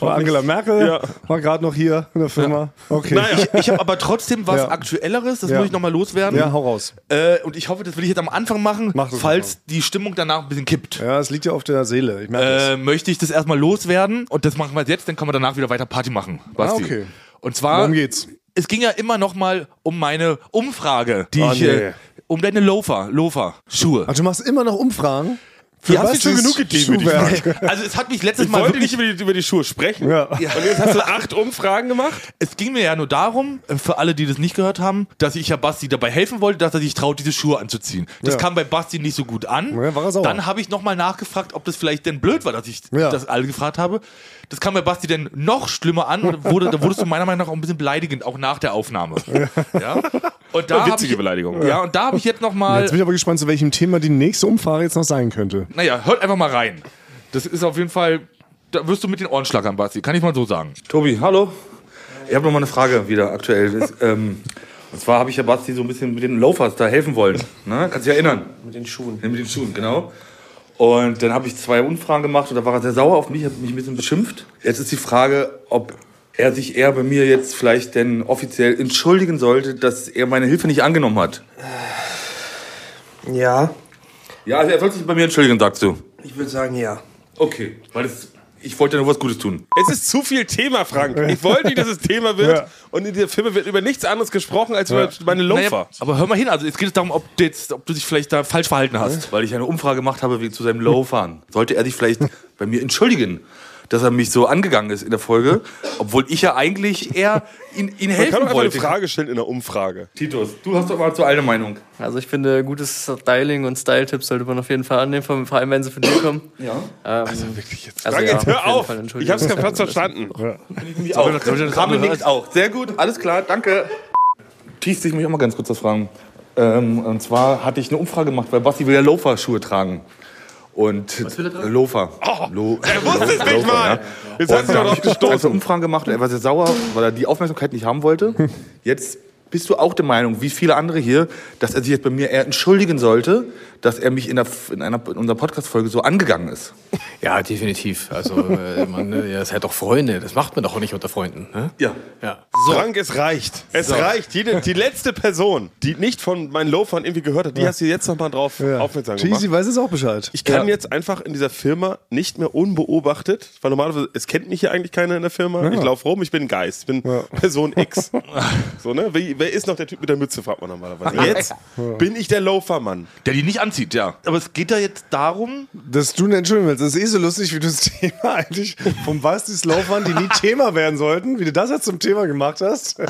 Speaker 1: War Angela Merkel
Speaker 3: Ja.
Speaker 1: war gerade noch hier in der Firma. Okay.
Speaker 3: Naja.
Speaker 2: Ich, ich habe aber trotzdem was
Speaker 1: Ja.
Speaker 2: Aktuelleres, das
Speaker 1: Ja.
Speaker 2: muss ich nochmal loswerden.
Speaker 1: Ja, hau raus.
Speaker 2: Äh, und ich hoffe, das will ich jetzt am Anfang machen,
Speaker 1: Mach das
Speaker 2: falls die Stimmung danach ein bisschen kippt.
Speaker 1: Ja, es liegt ja auf der Seele. Ich merke das.
Speaker 2: Äh, möchte ich das erstmal loswerden und das machen wir jetzt, dann können wir danach wieder weiter Party machen. Basti.
Speaker 1: Ah, okay.
Speaker 2: Und zwar,
Speaker 1: Worum geht's?
Speaker 2: es ging ja immer nochmal um meine Umfrage, die
Speaker 3: Oh,
Speaker 2: ich,
Speaker 3: nee.
Speaker 2: äh, um deine Loafer, Loafer, Schuhe.
Speaker 1: Ah, Ach, du machst immer noch Umfragen. Für
Speaker 2: Ja, hast
Speaker 1: was
Speaker 2: du schon
Speaker 1: dieses
Speaker 3: genug gedemütigt,
Speaker 1: Schuhwerk?
Speaker 2: Also es hat mich letztes
Speaker 3: Ich
Speaker 2: Mal
Speaker 3: wollte
Speaker 2: wirklich
Speaker 3: nicht über die, über die Schuhe sprechen.
Speaker 1: Ja.
Speaker 3: Und jetzt hast du acht Umfragen gemacht.
Speaker 2: Es ging mir ja nur darum, äh, für alle, die das nicht gehört haben, dass ich ja Basti dabei helfen wollte, dass er sich traut, diese Schuhe anzuziehen. Das
Speaker 1: Ja.
Speaker 2: kam bei Basti nicht so gut an.
Speaker 1: Ja, war er sauer.
Speaker 2: Dann habe ich nochmal nachgefragt, ob das vielleicht denn blöd war, dass ich
Speaker 1: Ja.
Speaker 2: das alle gefragt habe. Das kam bei Basti dann noch schlimmer an und wurde, da wurdest du meiner Meinung nach auch ein bisschen beleidigend, auch nach der Aufnahme. Ja. Und da
Speaker 3: Witzige
Speaker 2: hab ich,
Speaker 3: Beleidigung.
Speaker 2: Ja, und da habe ich jetzt nochmal,
Speaker 1: Jetzt bin ich aber gespannt, zu welchem Thema die nächste Umfrage jetzt noch sein könnte.
Speaker 2: naja, hört einfach mal rein. Das ist auf jeden Fall, da wirst du mit den Ohren schlackern, Basti, kann ich mal so sagen.
Speaker 4: Tobi, hallo. Ich habe noch mal eine Frage wieder aktuell. Ist, ähm, und zwar habe ich ja Basti so ein bisschen mit den Loafers da helfen wollen. Ne? Kannst dich erinnern? Mit den Schuhen. Ja, mit den Schuhen, genau. Und dann habe ich zwei Umfragen gemacht und da war er sehr sauer auf mich, hat mich ein bisschen beschimpft. Jetzt ist die Frage, ob er sich eher bei mir jetzt vielleicht denn offiziell entschuldigen sollte, dass er meine Hilfe nicht angenommen hat.
Speaker 5: Ja,
Speaker 4: Ja, also er soll sich bei mir entschuldigen, sagst du.
Speaker 5: ich würde sagen ja.
Speaker 4: Okay, weil das, ich wollte ja nur was Gutes tun.
Speaker 3: Es ist zu viel Thema, Frank. Ich wollte nicht, dass es Thema wird.
Speaker 1: Ja.
Speaker 3: Und in dieser Firma wird über nichts anderes gesprochen als über meine Loafer.
Speaker 2: Naja, aber hör mal hin, also jetzt geht es darum, ob, du jetzt, ob du dich vielleicht da falsch verhalten hast.
Speaker 4: weil ich eine Umfrage gemacht habe wegen zu seinem Lowfahren. Sollte er sich vielleicht bei mir entschuldigen, dass er mich so angegangen ist in der Folge, obwohl ich ja eigentlich eher ihn,
Speaker 3: Man kann
Speaker 4: ihn
Speaker 3: doch
Speaker 4: helfen
Speaker 3: einfach
Speaker 4: wollte.
Speaker 3: eine Frage stellen in der Umfrage.
Speaker 4: Titus, du hast doch mal zu eine Meinung.
Speaker 6: Also ich finde, gutes Styling und Style-Tipps sollte man auf jeden Fall annehmen, vor vor allem wenn sie von dir kommen. Ja. Ähm, also wirklich jetzt.
Speaker 3: Frank, jetzt hör auf. Ich hab's keinen Platz verstanden.
Speaker 4: Ich auch. Kamel nickt auch. Sehr gut, alles klar, danke. Ties, ich mich auch mal ganz kurz das fragen. Ähm, und zwar hatte ich eine Umfrage gemacht, weil Basti will ja Loafer-Schuhe tragen. Und Was will er tragen? Loafer. Lo
Speaker 3: Oh, Er wusste es nicht mal. Jetzt hat sie
Speaker 4: da
Speaker 3: doch
Speaker 4: hab
Speaker 3: drauf
Speaker 4: ich also
Speaker 3: gestoßen.
Speaker 4: Umfragen gemacht und er war sehr sauer, weil er die Aufmerksamkeit nicht haben wollte. Jetzt bist du auch der Meinung, wie viele andere hier, dass er sich jetzt bei mir eher entschuldigen sollte, dass er mich in, der, in, einer, in unserer Podcast-Folge so angegangen ist.
Speaker 5: Ja, definitiv. Also, äh, man, äh, das hat doch Freunde. Das macht man doch auch nicht unter Freunden. Ne?
Speaker 4: Ja.
Speaker 5: Ja.
Speaker 3: Frank, es reicht. Es reicht. Jede, die letzte Person, die nicht von meinen Loafern irgendwie gehört hat, die hast du jetzt nochmal drauf aufmerksam gemacht.
Speaker 1: Cheesy weiß es auch Bescheid.
Speaker 3: Ich kann jetzt einfach in dieser Firma nicht mehr unbeobachtet, weil normalerweise, es kennt mich hier eigentlich keiner in der Firma. Ich laufe rum, ich bin ein Geist, ich bin Person X. so, ne? Wie, wer ist noch der Typ mit der Mütze, fragt man normalerweise. Jetzt bin ich der Loafer-Mann.
Speaker 2: Der die nicht anzieht, ja.
Speaker 4: Aber es geht da jetzt darum,
Speaker 1: Dass du eine Entschuldigung willst, das ist eh so lustig, wie du das Thema eigentlich vom Bastis Lauf waren, die nie Thema werden sollten, wie du das jetzt zum Thema gemacht hast.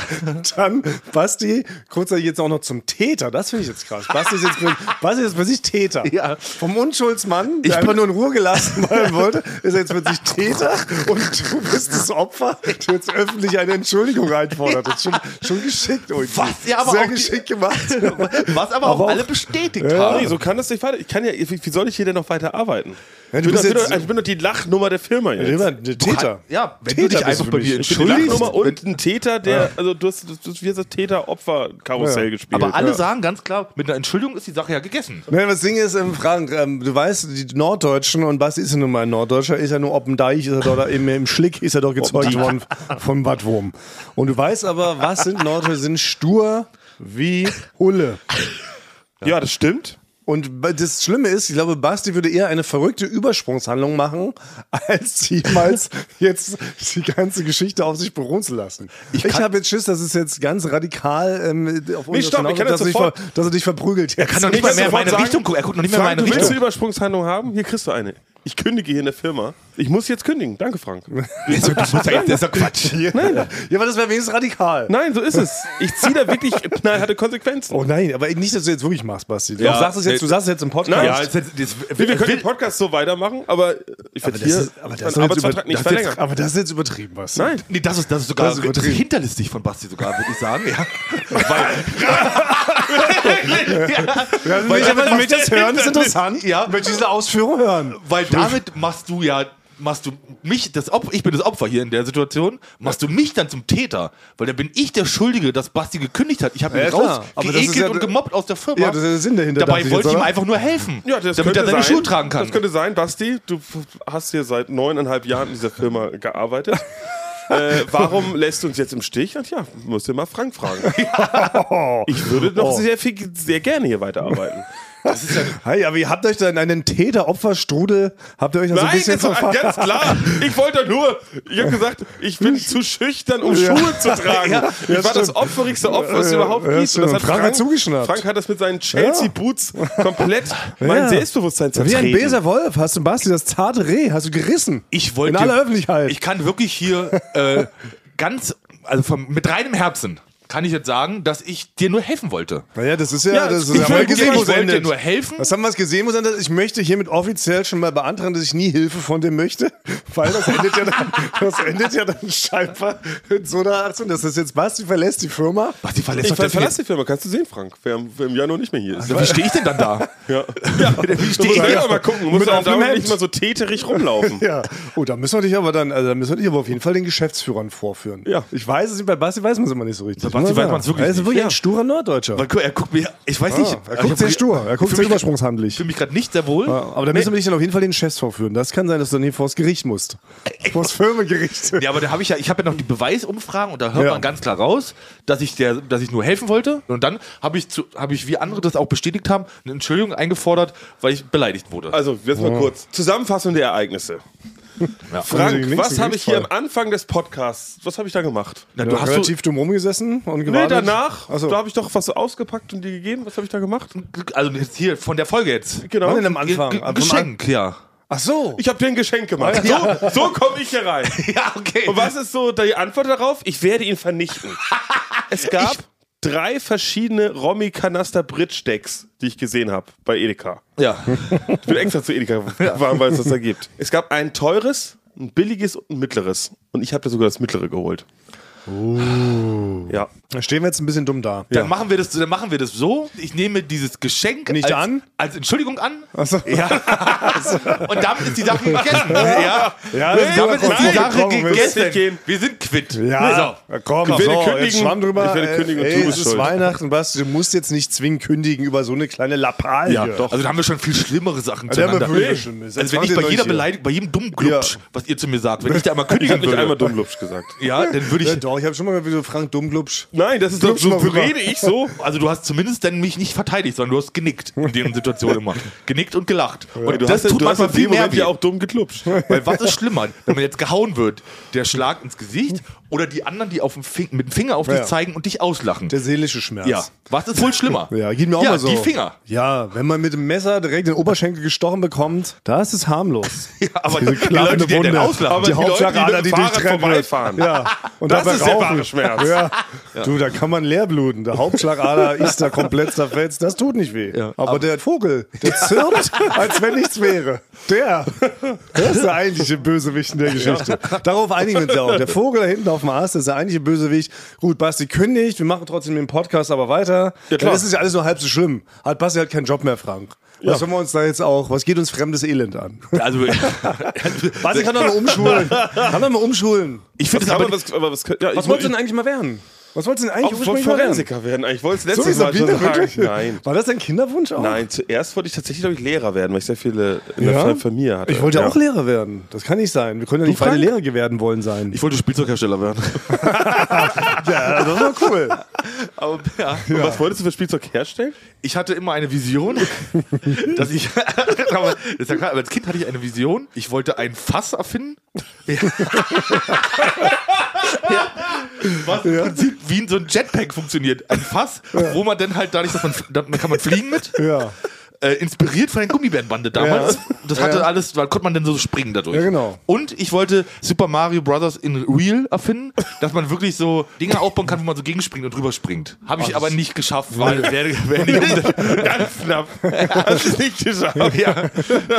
Speaker 1: Dann Basti, kurz jetzt auch noch zum Täter, das finde ich jetzt krass. Basti ist jetzt, plö- Basti ist plötzlich Täter.
Speaker 4: Ja.
Speaker 1: Vom Unschuldsmann, der einfach nur in Ruhe gelassen werden wollte, ist er jetzt plötzlich Täter und du bist das Opfer, der jetzt öffentlich eine Entschuldigung einfordert. Das ist schon, schon geschickt irgendwie.
Speaker 4: Was? Ja, aber
Speaker 1: Sehr
Speaker 4: auch die-
Speaker 1: geschickt gemacht.
Speaker 4: was aber,
Speaker 1: Aber
Speaker 4: auch alle
Speaker 1: auch-
Speaker 4: bestätigt
Speaker 3: Ah,
Speaker 4: haben.
Speaker 3: nee, so kann das nicht weiter. Ich kann ja, wie wie soll ich hier denn noch weiter arbeiten?
Speaker 1: Ja,
Speaker 3: ich,
Speaker 1: du
Speaker 3: bin doch,
Speaker 1: bist
Speaker 3: bin
Speaker 1: jetzt-
Speaker 3: doch, also ich bin doch die Lachnummer der Firma jetzt.
Speaker 1: Immer ein Täter.
Speaker 4: Ja, wenn
Speaker 1: Täter
Speaker 4: du dich
Speaker 1: bist
Speaker 4: einfach
Speaker 1: du
Speaker 4: bei
Speaker 1: für
Speaker 4: mir
Speaker 1: mich.
Speaker 3: Die
Speaker 4: entschuldigst.
Speaker 3: Lachnummer und ein Täter, der, also du hast, du, du, wie hast das Täter-Opfer-Karussell
Speaker 1: Ja.
Speaker 3: gespielt.
Speaker 2: Aber alle
Speaker 3: ja.
Speaker 2: sagen ganz klar, mit einer Entschuldigung ist die Sache ja gegessen.
Speaker 1: Nein, das Ding ist, ähm, Frank, ähm, du weißt, die Norddeutschen, und was ist ja nun mal ein Norddeutscher, ist ja nur ob dem Deich, ist er doch da im, im Schlick, ist er doch gezeugt worden von Bad Wurm. Und du weißt aber, was sind Norddeutsche, sind stur wie Hulle.
Speaker 3: ja, das stimmt.
Speaker 1: Und b- das Schlimme ist, ich glaube, Basti würde eher eine verrückte Übersprungshandlung machen, als jemals jetzt die ganze Geschichte auf sich beruhen zu lassen. Ich, habe jetzt Schiss, dass es jetzt ganz radikal ähm, auf uns
Speaker 3: stopp, ich kann
Speaker 1: dass,
Speaker 3: das
Speaker 1: er dich ver-
Speaker 3: sofort-
Speaker 1: dass er dich verprügelt. Er
Speaker 2: Kann doch nicht mal
Speaker 3: kannst
Speaker 2: mehr in
Speaker 3: sofort
Speaker 2: meine
Speaker 3: sagen,
Speaker 2: Richtung gucken. Er guckt noch nicht mehr in
Speaker 3: Frank,
Speaker 2: meine
Speaker 3: du willst eine
Speaker 2: Richtung.
Speaker 3: Übersprungshandlung haben? Hier kriegst du eine. Ich kündige hier in der Firma. Ich muss jetzt kündigen. Danke, Frank.
Speaker 2: Das ist ja Quatsch.
Speaker 1: Ja, aber das wäre wenigstens radikal.
Speaker 3: Nein, so ist es. Ich ziehe da wirklich knallharte Konsequenzen.
Speaker 1: Oh nein, aber nicht, dass du jetzt wirklich machst, Basti. Du,
Speaker 2: Ja.
Speaker 1: sagst es jetzt, du sagst es jetzt im Podcast.
Speaker 3: Nein.
Speaker 2: Ja, das, das, das,
Speaker 3: wir, wir können den Podcast so weitermachen, aber ich werde hier
Speaker 1: ist
Speaker 3: meinen
Speaker 1: doch jetzt
Speaker 3: Arbeitsvertrag
Speaker 1: über-
Speaker 3: nicht
Speaker 1: das ist jetzt,
Speaker 3: verlängern.
Speaker 1: aber das ist jetzt übertrieben, Basti.
Speaker 3: Nein.
Speaker 2: Nee, das ist, das ist sogar
Speaker 1: Das ist übertrieben.
Speaker 2: hinterlistig von Basti sogar, würde ich sagen. Ja.
Speaker 1: Ja, weil ich aber damit das hören ist interessant. Ja. Möchte diese Ausführung hören.
Speaker 2: Weil damit machst du ja, machst du mich, das Opfer, ich bin das Opfer hier in der Situation, machst du mich dann zum Täter. Weil dann bin ich der Schuldige, dass Basti gekündigt hat. Ich habe ihn
Speaker 1: Ja, klar. Aber das
Speaker 2: rausgeekelt
Speaker 1: ist ja-
Speaker 2: und gemobbt aus der Firma.
Speaker 1: Ja, das ist der Sinn dahinter, dachte
Speaker 2: Dabei
Speaker 1: ich
Speaker 2: wollte
Speaker 1: jetzt,
Speaker 2: ich ihm
Speaker 1: oder?
Speaker 2: einfach nur helfen,
Speaker 3: Ja, das
Speaker 2: damit
Speaker 3: könnte
Speaker 2: er seine
Speaker 3: sein.
Speaker 2: Schuhe tragen kann.
Speaker 3: Das könnte sein, Basti. Du f- hast hier seit neuneinhalb Jahren in dieser Firma gearbeitet. äh, warum lässt du uns jetzt im Stich? Und ja, musst du mal Frank fragen. Ich würde
Speaker 2: Oh.
Speaker 3: noch sehr, viel, sehr gerne hier weiterarbeiten.
Speaker 1: Hey, aber ihr habt euch da in einen Täter-Opfer-Strudel, habt ihr euch da so Also ein bisschen
Speaker 3: das war ganz
Speaker 1: verfangen.
Speaker 3: klar. Ich wollte nur, ich habe gesagt, ich bin zu schüchtern, um Schuhe zu tragen. ich war das
Speaker 1: stimmt.
Speaker 3: opferigste Opfer, was es
Speaker 1: Ja,
Speaker 3: überhaupt
Speaker 1: ja,
Speaker 3: gibt. Und
Speaker 1: stimmt.
Speaker 3: das hat
Speaker 1: Frank hat zugeschnappt.
Speaker 3: Frank hat das mit seinen Chelsea-Boots komplett mein
Speaker 1: Ja.
Speaker 3: Selbstbewusstsein
Speaker 1: Wie
Speaker 3: zertreten.
Speaker 1: ein böser Wolf hast du Basti das zarte Reh, hast du gerissen.
Speaker 2: Ich wollte.
Speaker 1: In aller Öffentlichkeit.
Speaker 2: Ich kann wirklich hier äh, ganz, also vom, mit reinem Herzen kann ich jetzt sagen, dass ich dir nur helfen wollte.
Speaker 1: naja, das ist ja, das ist
Speaker 2: ich
Speaker 1: ja mal
Speaker 2: wollte
Speaker 1: gesehen,
Speaker 2: dir-
Speaker 1: wo
Speaker 2: ich wollte dir
Speaker 1: endet.
Speaker 2: nur helfen.
Speaker 1: Was haben wir es gesehen, muss ich möchte hiermit offiziell schon mal beantragen, dass ich nie Hilfe von dem möchte, weil das endet ja dann, das endet ja dann scheinbar in so einer Aktion, dass das jetzt Basti verlässt die Firma.
Speaker 2: Was, die verlässt
Speaker 3: Ich
Speaker 2: doch
Speaker 3: ver
Speaker 2: das
Speaker 3: verlasse die Firma, kannst du sehen, Frank, wer im, wer im Januar nicht mehr hier ist.
Speaker 2: Also, wie stehe ich denn dann da?
Speaker 3: Ja. ja. Wie
Speaker 2: steht-
Speaker 3: ja. mal gucken, muss
Speaker 1: Mit
Speaker 3: ja
Speaker 1: offenem
Speaker 3: da
Speaker 1: Hemd.
Speaker 3: nicht mal so täterig rumlaufen.
Speaker 1: Ja, oh, da müssen wir dich aber dann, also da müssen wir dich aber auf jeden Fall den Geschäftsführern vorführen.
Speaker 3: Ja.
Speaker 1: Ich weiß es nicht, bei Basti weiß man es immer nicht so richtig.
Speaker 2: Bei Basti
Speaker 1: Muss
Speaker 2: weiß man's
Speaker 1: sagen.
Speaker 2: wirklich
Speaker 1: Er ist
Speaker 2: nicht,
Speaker 1: wirklich
Speaker 2: ja.
Speaker 1: ein sturer Norddeutscher.
Speaker 2: Weil, guck, er guckt mir, ich weiß nicht.
Speaker 1: Ah, er guckt sehr stur, er guckt sehr übersprungshandlich.
Speaker 2: Ich fühle mich gerade nicht sehr wohl.
Speaker 1: Ja, aber da müssen wir dich dann auf jeden Fall den Chefs vorführen. Das kann sein, dass du dann hier vors Gericht musst. Vors Firmengericht.
Speaker 2: Ja, aber da habe ich ja, ich habe ja noch die um- Beweisumfragen und da hört
Speaker 1: Ja.
Speaker 2: man ganz klar raus, dass ich der, dass ich nur helfen wollte. Und dann habe ich, zu- habe ich, wie andere das auch bestätigt haben, eine Entschuldigung eingefordert, weil ich beleidigt wurde.
Speaker 3: Also, jetzt mal kurz. Zusammenfassung der Ereignisse. Frank,
Speaker 1: Links-
Speaker 3: was habe ich hier am
Speaker 1: Linksfall.
Speaker 3: Anfang des Podcasts, was habe ich da gemacht?
Speaker 2: Na,
Speaker 1: Du hast relativ dumm rumgesessen und
Speaker 3: Nee,
Speaker 1: gewartet.
Speaker 3: danach,
Speaker 1: Ach so.
Speaker 3: da habe ich doch was ausgepackt und dir gegeben. Was habe ich da gemacht?
Speaker 2: also jetzt hier von der Folge jetzt.
Speaker 3: Genau.
Speaker 1: Wann denn am Anfang?
Speaker 2: Ge- ge-
Speaker 1: Am-
Speaker 3: Also
Speaker 2: Geschenk, ja.
Speaker 1: Ach so.
Speaker 3: Ich habe dir ein Geschenk
Speaker 1: Ah,
Speaker 3: gemacht. So, so komme ich hier rein.
Speaker 2: Ja, okay.
Speaker 3: Und was ist so die Antwort darauf? Ich werde ihn vernichten. es gab drei verschiedene Romy Kanaster Bridge Decks, die ich gesehen habe bei Edeka.
Speaker 2: Ja.
Speaker 3: Ich bin extra zu Edeka gefahren, weil es das da gibt. Es gab ein teures, ein billiges und ein mittleres. Und ich habe da sogar das mittlere geholt.
Speaker 1: Oh.
Speaker 3: Ja.
Speaker 1: Da stehen wir jetzt ein bisschen dumm da.
Speaker 2: Dann, machen wir das, dann machen wir das so. Ich nehme dieses Geschenk
Speaker 1: Nicht
Speaker 2: als,
Speaker 1: an?
Speaker 2: als Entschuldigung an.
Speaker 1: Achso. Ja,
Speaker 2: Und damit ist die Sache gegessen. ja.
Speaker 1: Ja, das ist
Speaker 2: damit
Speaker 1: aber
Speaker 2: ist die
Speaker 1: Nein,
Speaker 2: Sache
Speaker 1: komm, wir müssen
Speaker 3: nicht
Speaker 2: gegessen.
Speaker 3: gehen.
Speaker 2: Wir sind quitt.
Speaker 1: ja.
Speaker 2: So.
Speaker 1: ja komm,
Speaker 3: Ich werde
Speaker 1: so,
Speaker 3: kündigen.
Speaker 1: jetzt schwamm drüber.
Speaker 3: Ich werde
Speaker 1: Ey,
Speaker 3: kündigen und
Speaker 1: ey,
Speaker 3: du
Speaker 1: es
Speaker 3: bist
Speaker 1: ist
Speaker 3: schuld.
Speaker 1: Weihnachten, Basti, du musst jetzt nicht zwingen kündigen über so eine kleine Lappalie.
Speaker 3: Ja, doch.
Speaker 2: Also da haben wir schon viel schlimmere Sachen
Speaker 1: Also, da haben wir
Speaker 2: zueinander.
Speaker 1: wirklich Schlimmes.
Speaker 2: Also wenn
Speaker 1: Jetzt
Speaker 2: ich bei
Speaker 1: fangt ihr
Speaker 2: jeder
Speaker 1: neu hier.
Speaker 2: Beleidigung, bei jedem dummen Glubsch,
Speaker 1: Ja.
Speaker 2: was ihr zu mir sagt, wenn ich da einmal
Speaker 3: Ich
Speaker 2: kündigen
Speaker 3: habe nicht
Speaker 2: würde,
Speaker 3: einmal Dummlupsch gesagt.
Speaker 2: ja, dann würde
Speaker 1: Ja,
Speaker 2: ich
Speaker 1: Ne, doch, ich habe schon mal wieder Frank Dummglubsch.
Speaker 3: Nein, das ist doch
Speaker 1: Glubsch mal
Speaker 3: so
Speaker 1: rüber.
Speaker 3: rede ich so.
Speaker 2: Also du hast zumindest dann mich nicht verteidigt, sondern du hast genickt in deren Situation immer. Genickt und gelacht. Und
Speaker 3: Du
Speaker 2: das
Speaker 3: hast,
Speaker 2: tut
Speaker 3: du hast
Speaker 2: manchmal
Speaker 3: in
Speaker 2: viel
Speaker 3: dem
Speaker 2: mehr
Speaker 3: Moment
Speaker 2: weh.
Speaker 3: ja auch dumm geklupscht.
Speaker 2: Weil was ist schlimmer, wenn man jetzt gehauen wird? Der Schlag ins Gesicht oder die anderen, die auf dem Fing mit dem Finger auf dich
Speaker 1: Ja.
Speaker 2: zeigen und dich auslachen?
Speaker 1: Der seelische Schmerz.
Speaker 2: ja. Was ist wohl schlimmer?
Speaker 1: Ja, geht mir auch
Speaker 2: ja,
Speaker 1: mal so.
Speaker 2: die Finger.
Speaker 1: Ja, wenn man mit dem Messer direkt den Oberschenkel gestochen bekommt, das ist harmlos.
Speaker 2: Ja, aber
Speaker 1: Diese
Speaker 2: die Leute,
Speaker 1: klaffende
Speaker 2: die dann
Speaker 1: Wunde.
Speaker 2: auslachen,
Speaker 1: Aber die Hauptschlagader, die, dich
Speaker 3: mit dem Fahrrad
Speaker 1: treffen. wird.
Speaker 3: vorbeifahren.
Speaker 1: Ja. Und
Speaker 3: Das
Speaker 1: dabei
Speaker 3: ist der
Speaker 1: rauchen.
Speaker 3: wahre Schmerz.
Speaker 1: Ja. Du, da kann man leer bluten. Der Hauptschlagader ist da komplett zerfetzt. Das tut nicht weh. aber, der Vogel, der zirpt, als wenn nichts wäre. Der, der ist der eigentliche Bösewicht in der Geschichte. Darauf einigen wir uns ja auch. Der Vogel da hinten auf dem Ast ist der eigentliche Bösewicht. Gut, Basti kündigt. Wir machen trotzdem den Podcast aber weiter. Ja,
Speaker 3: klar.
Speaker 1: Das ist ja alles nur halb so schlimm. Hat Basti halt keinen Job mehr, Frank. Was haben wir uns da jetzt auch? Was geht uns fremdes Elend an?
Speaker 2: also
Speaker 1: Basti kann doch mal umschulen. Kann doch mal umschulen.
Speaker 2: ich finde es
Speaker 3: Aber
Speaker 2: aber
Speaker 3: was, aber was, könnt- ja, ich
Speaker 1: Was wolltest du denn eigentlich mal werden? Was wolltest du denn
Speaker 3: auch
Speaker 1: eigentlich
Speaker 3: von
Speaker 1: ursprünglich mal werden?
Speaker 3: Forensiker werden? Ich wollte es
Speaker 1: So
Speaker 3: letztes
Speaker 1: wie
Speaker 3: Mal schon
Speaker 1: Sabine,
Speaker 3: sagen.
Speaker 1: wirklich?
Speaker 3: Nein.
Speaker 1: War das dein Kinderwunsch auch?
Speaker 3: Nein, zuerst wollte ich tatsächlich, glaube ich, Lehrer werden, weil ich sehr viele in der
Speaker 1: Ja?
Speaker 3: Fa- Familie hatte.
Speaker 1: Ich wollte
Speaker 3: ja.
Speaker 1: auch Lehrer werden. Das kann nicht sein. Wir können ja nicht beide
Speaker 2: Frank?
Speaker 1: Lehrer werden wollen sein.
Speaker 2: ich wollte Spielzeughersteller werden.
Speaker 1: ja, das war cool.
Speaker 2: Aber ja.
Speaker 3: Und was wolltest du für Spielzeug herstellen?
Speaker 2: ich hatte immer eine Vision, dass ich, aber, das ist ja klar, aber als Kind hatte ich eine Vision, ich wollte ein Fass erfinden. Ja. Ja. Was im Prinzip wie in so ein Jetpack funktioniert. Ein Fass, wo man dann halt dadurch, dass man, da kann man fliegen mit,
Speaker 1: Ja.
Speaker 2: äh, inspiriert von den Gummibandbande damals.
Speaker 1: Ja.
Speaker 2: Das hatte
Speaker 1: Ja.
Speaker 2: alles, da konnte man dann so springen dadurch.
Speaker 1: Ja, genau.
Speaker 2: Und ich wollte Super Mario Brothers in Real erfinden, dass man wirklich so Dinge aufbauen kann, wo man so gegenspringt und rüberspringt. Habe ich aber nicht geschafft, weil wäre wär nicht umsetzbar. Ganz knapp. Hast es nicht geschafft. Ja.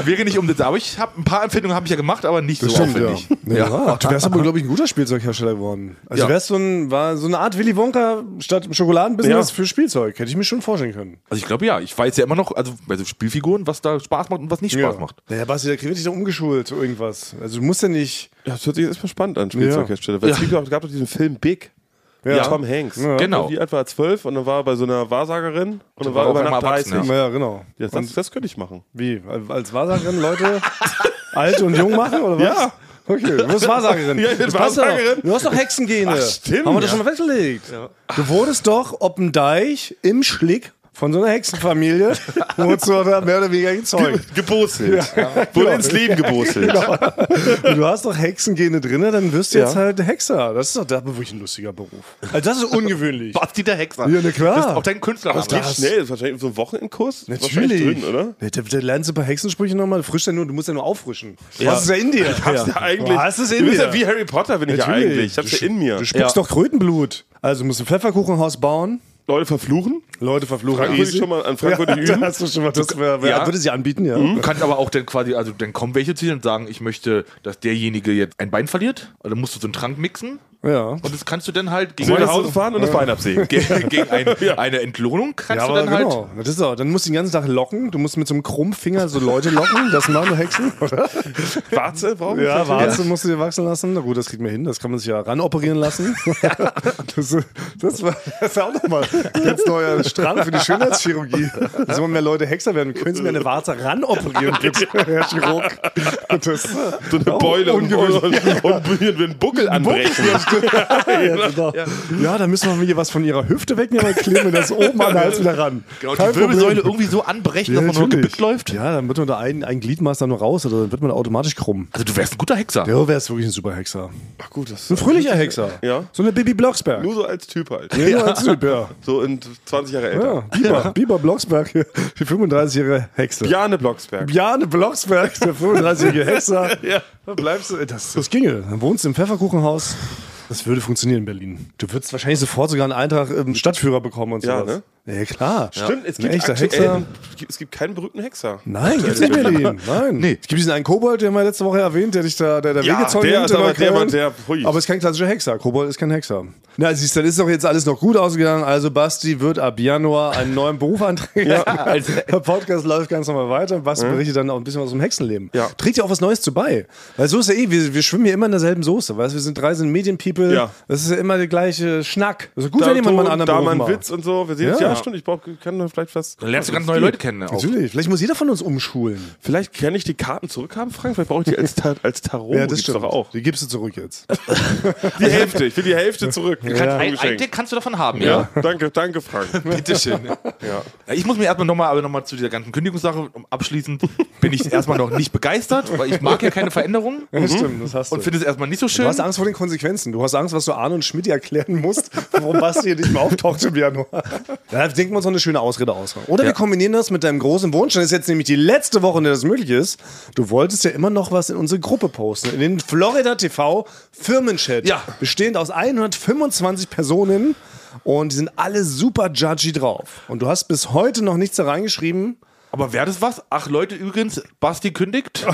Speaker 2: Wäre nicht umsetzbar. Aber ich habe ein paar Empfindungen habe ich ja gemacht, aber nicht so aufwendig.
Speaker 1: ja. Ja. Du wärst aber, glaube ich, ein guter Spielzeughersteller geworden. Also
Speaker 2: Ja.
Speaker 1: wärst so ein, war so eine Art Willy Wonka statt Schokoladenbusiness
Speaker 3: Ja.
Speaker 1: für Spielzeug. Hätte ich mir schon vorstellen können.
Speaker 2: Also ich glaube ja, ich weiß ja immer noch, also bei so Spielfiguren, was da Spaß macht und was nicht Spaß macht.
Speaker 1: Naja, Basti, da wird dich doch umgeschult zu irgendwas. Also du musst ja nicht.
Speaker 3: Ja, das hört sich erstmal spannend an, Spielzeughersteller. Weil es gibt auch- gab doch diesen Film Big. mit Tom Hanks.
Speaker 2: Genau.
Speaker 3: Die etwa zwölf und dann war er bei so einer Wahrsagerin und dann
Speaker 2: war
Speaker 3: war er
Speaker 2: auf
Speaker 3: über Nacht
Speaker 2: einmal
Speaker 3: 30.
Speaker 2: erwachsen,
Speaker 1: Ja, genau.
Speaker 3: Ja, das, das könnte ich machen.
Speaker 1: Wie? Als Wahrsagerin Leute alt und jung machen oder was?
Speaker 3: Ja.
Speaker 1: Okay, du bist Wahrsagerin.
Speaker 3: Ja, ich bin
Speaker 1: Das passt doch.
Speaker 3: Wahrsagerin.
Speaker 1: Du hast doch Hexengene.
Speaker 3: Ach, stimmt,
Speaker 1: Haben wir das
Speaker 3: ja.
Speaker 1: schon mal festgelegt. Du wurdest doch ob dem Deich im Schlick von so einer Hexenfamilie wurdest du doch mehr oder weniger gezeugt.
Speaker 3: Gebostelt. Wurde
Speaker 1: Genau.
Speaker 3: ins Leben gebostelt.
Speaker 1: Und du hast doch Hexengene drin, dann wirst du
Speaker 3: Ja.
Speaker 1: jetzt halt Hexer. Das ist doch da wirklich ein lustiger Beruf. Also das ist ungewöhnlich.
Speaker 2: Basti der Hexer.
Speaker 1: Ja, na klar.
Speaker 2: Das ist auch dein Künstler.
Speaker 3: Das geht schnell. Das ist wahrscheinlich so ein Wochenendkurs. Das ist
Speaker 1: Natürlich.
Speaker 3: wahrscheinlich Drin, oder?
Speaker 1: Ja, Da, da lernst du ein paar Hexensprüche nochmal. Frisch ja nur, du musst ja nur auffrischen. Du hast es ja in dir. Ich
Speaker 3: Hab's ja eigentlich.
Speaker 1: Du hast es in
Speaker 3: du bist
Speaker 1: dir.
Speaker 3: ja wie Harry Potter, bin ich ja
Speaker 1: Natürlich.
Speaker 3: eigentlich. Ich hab's ja in mir.
Speaker 1: Du spuckst doch Krötenblut. Also musst du ein Pfefferkuchenhaus bauen.
Speaker 3: Leute verfluchen.
Speaker 1: Leute verfluchen.
Speaker 3: Frank würde ich schon mal- an Frank
Speaker 1: ja,
Speaker 3: würde ich
Speaker 1: da
Speaker 3: üben.
Speaker 1: Hast du schon mal, das wär, wär,
Speaker 2: Ja.
Speaker 1: Würde sie anbieten, ja.
Speaker 7: Mhm.
Speaker 2: Du kannst aber auch dann quasi, also dann kommen welche zu dir und sagen, ich möchte, dass derjenige jetzt ein Bein verliert. Also dann musst du so einen Trank mixen.
Speaker 1: Ja.
Speaker 2: Und das kannst du dann halt gegen,
Speaker 3: Soll
Speaker 2: eine,
Speaker 3: nach Hause fahren und das Bein absägen.
Speaker 2: gegen, gegen ein, eine Entlohnung kannst du dann halt.
Speaker 1: genau. Das ist auch, dann musst du den ganzen Tag locken. Du musst mit so einem krummen Finger so Leute locken. Das machen nur Hexen, oder?
Speaker 3: Warze, warum?
Speaker 1: Ja, Warze musst du dir wachsen lassen. Na gut, das kriegt man hin. Das kann man sich ja ranoperieren lassen. Das, das, war, das ist ja auch nochmal ein ganz neuer Strang für die Schönheitschirurgie. Dass immer mehr Leute Hexer werden. Können Sie mir eine Warze ranoperieren, bitte, Herr Chirurg? Das,
Speaker 3: So eine Beule und, und, und, und einen Buckel anbrechen.
Speaker 1: ja, genau. ja. da müssen wir hier was von ihrer Hüfte wegnehmen und kleben wir das oben an den Hals wieder ran.
Speaker 2: Genau,
Speaker 1: Kein
Speaker 2: die Wirbelsäule
Speaker 1: Problem.
Speaker 2: irgendwie so anbrechen,
Speaker 1: Ja,
Speaker 2: dass man nur
Speaker 1: natürlich.
Speaker 2: gebückt läuft.
Speaker 1: Ja, dann wird man da ein, ein Gliedmaß da nur raus oder dann wird man automatisch krumm.
Speaker 2: Also du wärst ein guter Hexer.
Speaker 1: Ja, wäre es wirklich ein super Hexer.
Speaker 3: Ach gut, das
Speaker 1: Ein fröhlicher Hexer.
Speaker 3: Ja.
Speaker 1: So eine Bibi Blocksberg.
Speaker 3: Nur so als Typ halt.
Speaker 1: Ja, nur als Typ, ja.
Speaker 3: So in 20 Jahre
Speaker 1: ja.
Speaker 3: älter.
Speaker 1: Biber, Biber Blocksberg, die 35-jährige Hexe.
Speaker 3: Bjarne Blocksberg.
Speaker 1: Bjarne Blocksberg, der 35-jährige Hexer. ja. Da bleibst du, das, das ginge. Dann wohnst du im Pfefferkuchenhaus. Das würde funktionieren in Berlin. Du würdest wahrscheinlich sofort sogar einen Eintrag im Stadtführer bekommen und
Speaker 3: Ja,
Speaker 1: sowas.
Speaker 3: ne?
Speaker 1: Ja, klar.
Speaker 3: Stimmt, es
Speaker 1: Ein
Speaker 3: gibt,
Speaker 1: echter
Speaker 3: aktuell,
Speaker 1: Hexer.
Speaker 3: es gibt keinen berühmten Hexer.
Speaker 1: Nein, gibt's nicht mehr den. Nein.
Speaker 2: Nee.
Speaker 1: Es gibt diesen einen Kobold, den haben wir letzte Woche erwähnt, der dich da, der, der
Speaker 3: Ja,
Speaker 1: Wegezollt
Speaker 3: der
Speaker 1: nimmt
Speaker 3: ist aber-
Speaker 1: über
Speaker 3: der
Speaker 1: Köln.
Speaker 3: war- der- hui.
Speaker 1: Aber es ist kein klassischer Hexer. Kobold ist kein Hexer. Na, siehst du, dann ist doch jetzt alles noch gut ausgegangen. Also Basti wird ab Januar einen neuen Beruf antreten. Der Podcast läuft ganz normal weiter. Basti berichtet dann auch ein bisschen aus dem Hexenleben.
Speaker 3: Ja.
Speaker 1: Trägt Mhm. ja auch was Neues zu bei. Weil so ist ja eh, wir, wir schwimmen ja immer in derselben Soße. Weißt du, wir sind drei, sind Medienpeople.
Speaker 3: Ja.
Speaker 1: Das ist ja immer der gleiche Schnack. Also gut, wenn jemand mal
Speaker 3: Ton,
Speaker 1: einen anderen
Speaker 3: da
Speaker 1: Beruf
Speaker 3: mal ein
Speaker 1: macht.
Speaker 3: Witz und so. Wir sehen ja,
Speaker 1: Ja.
Speaker 3: ja stimmt, ich brauch, kann da vielleicht was.
Speaker 2: Dann lernst du ganz neue Leute kennen. Auch.
Speaker 1: Natürlich. Vielleicht muss jeder von uns umschulen.
Speaker 3: Vielleicht kann ich die Karten zurückhaben, Frank? Vielleicht brauche ich die als, Ta als Tarot.
Speaker 1: ja, das
Speaker 3: Gibt's
Speaker 1: stimmt.
Speaker 3: doch auch.
Speaker 1: Die gibst du zurück jetzt.
Speaker 3: Die Hälfte, ich will die Hälfte zurück.
Speaker 1: Ja.
Speaker 2: Ein, ein
Speaker 3: Geschenk.
Speaker 2: Tick kannst du davon haben, ja.
Speaker 3: Ja, danke, danke, Frank.
Speaker 2: Bitteschön. Ja. Äh, Ich muss mir erstmal nochmal aber noch mal zu dieser ganzen Kündigungssache um- abschließend bin ich erstmal noch nicht begeistert, weil ich mag ja keine Veränderungen
Speaker 1: Ja, stimmt, das hast du.
Speaker 2: und finde es erstmal nicht so
Speaker 1: Du
Speaker 2: schön.
Speaker 1: hast Angst vor den Konsequenzen. Du hast Angst, was du Arne und Schmidt erklären musst, warum Basti hier nicht mehr auftaucht im Januar. Da denken wir uns noch eine schöne Ausrede aus. Oder wir kombinieren das mit deinem großen Wunsch. Das ist jetzt nämlich die letzte Woche, in der das möglich ist. Du wolltest ja immer noch was in unsere Gruppe posten. In den Florida TV Firmenchat.
Speaker 2: Ja.
Speaker 1: Bestehend aus 125 Personen. Und die sind alle super judgy drauf. Und du hast bis heute noch nichts da reingeschrieben.
Speaker 2: Aber wäre das was? Ach Leute, übrigens, Basti kündigt.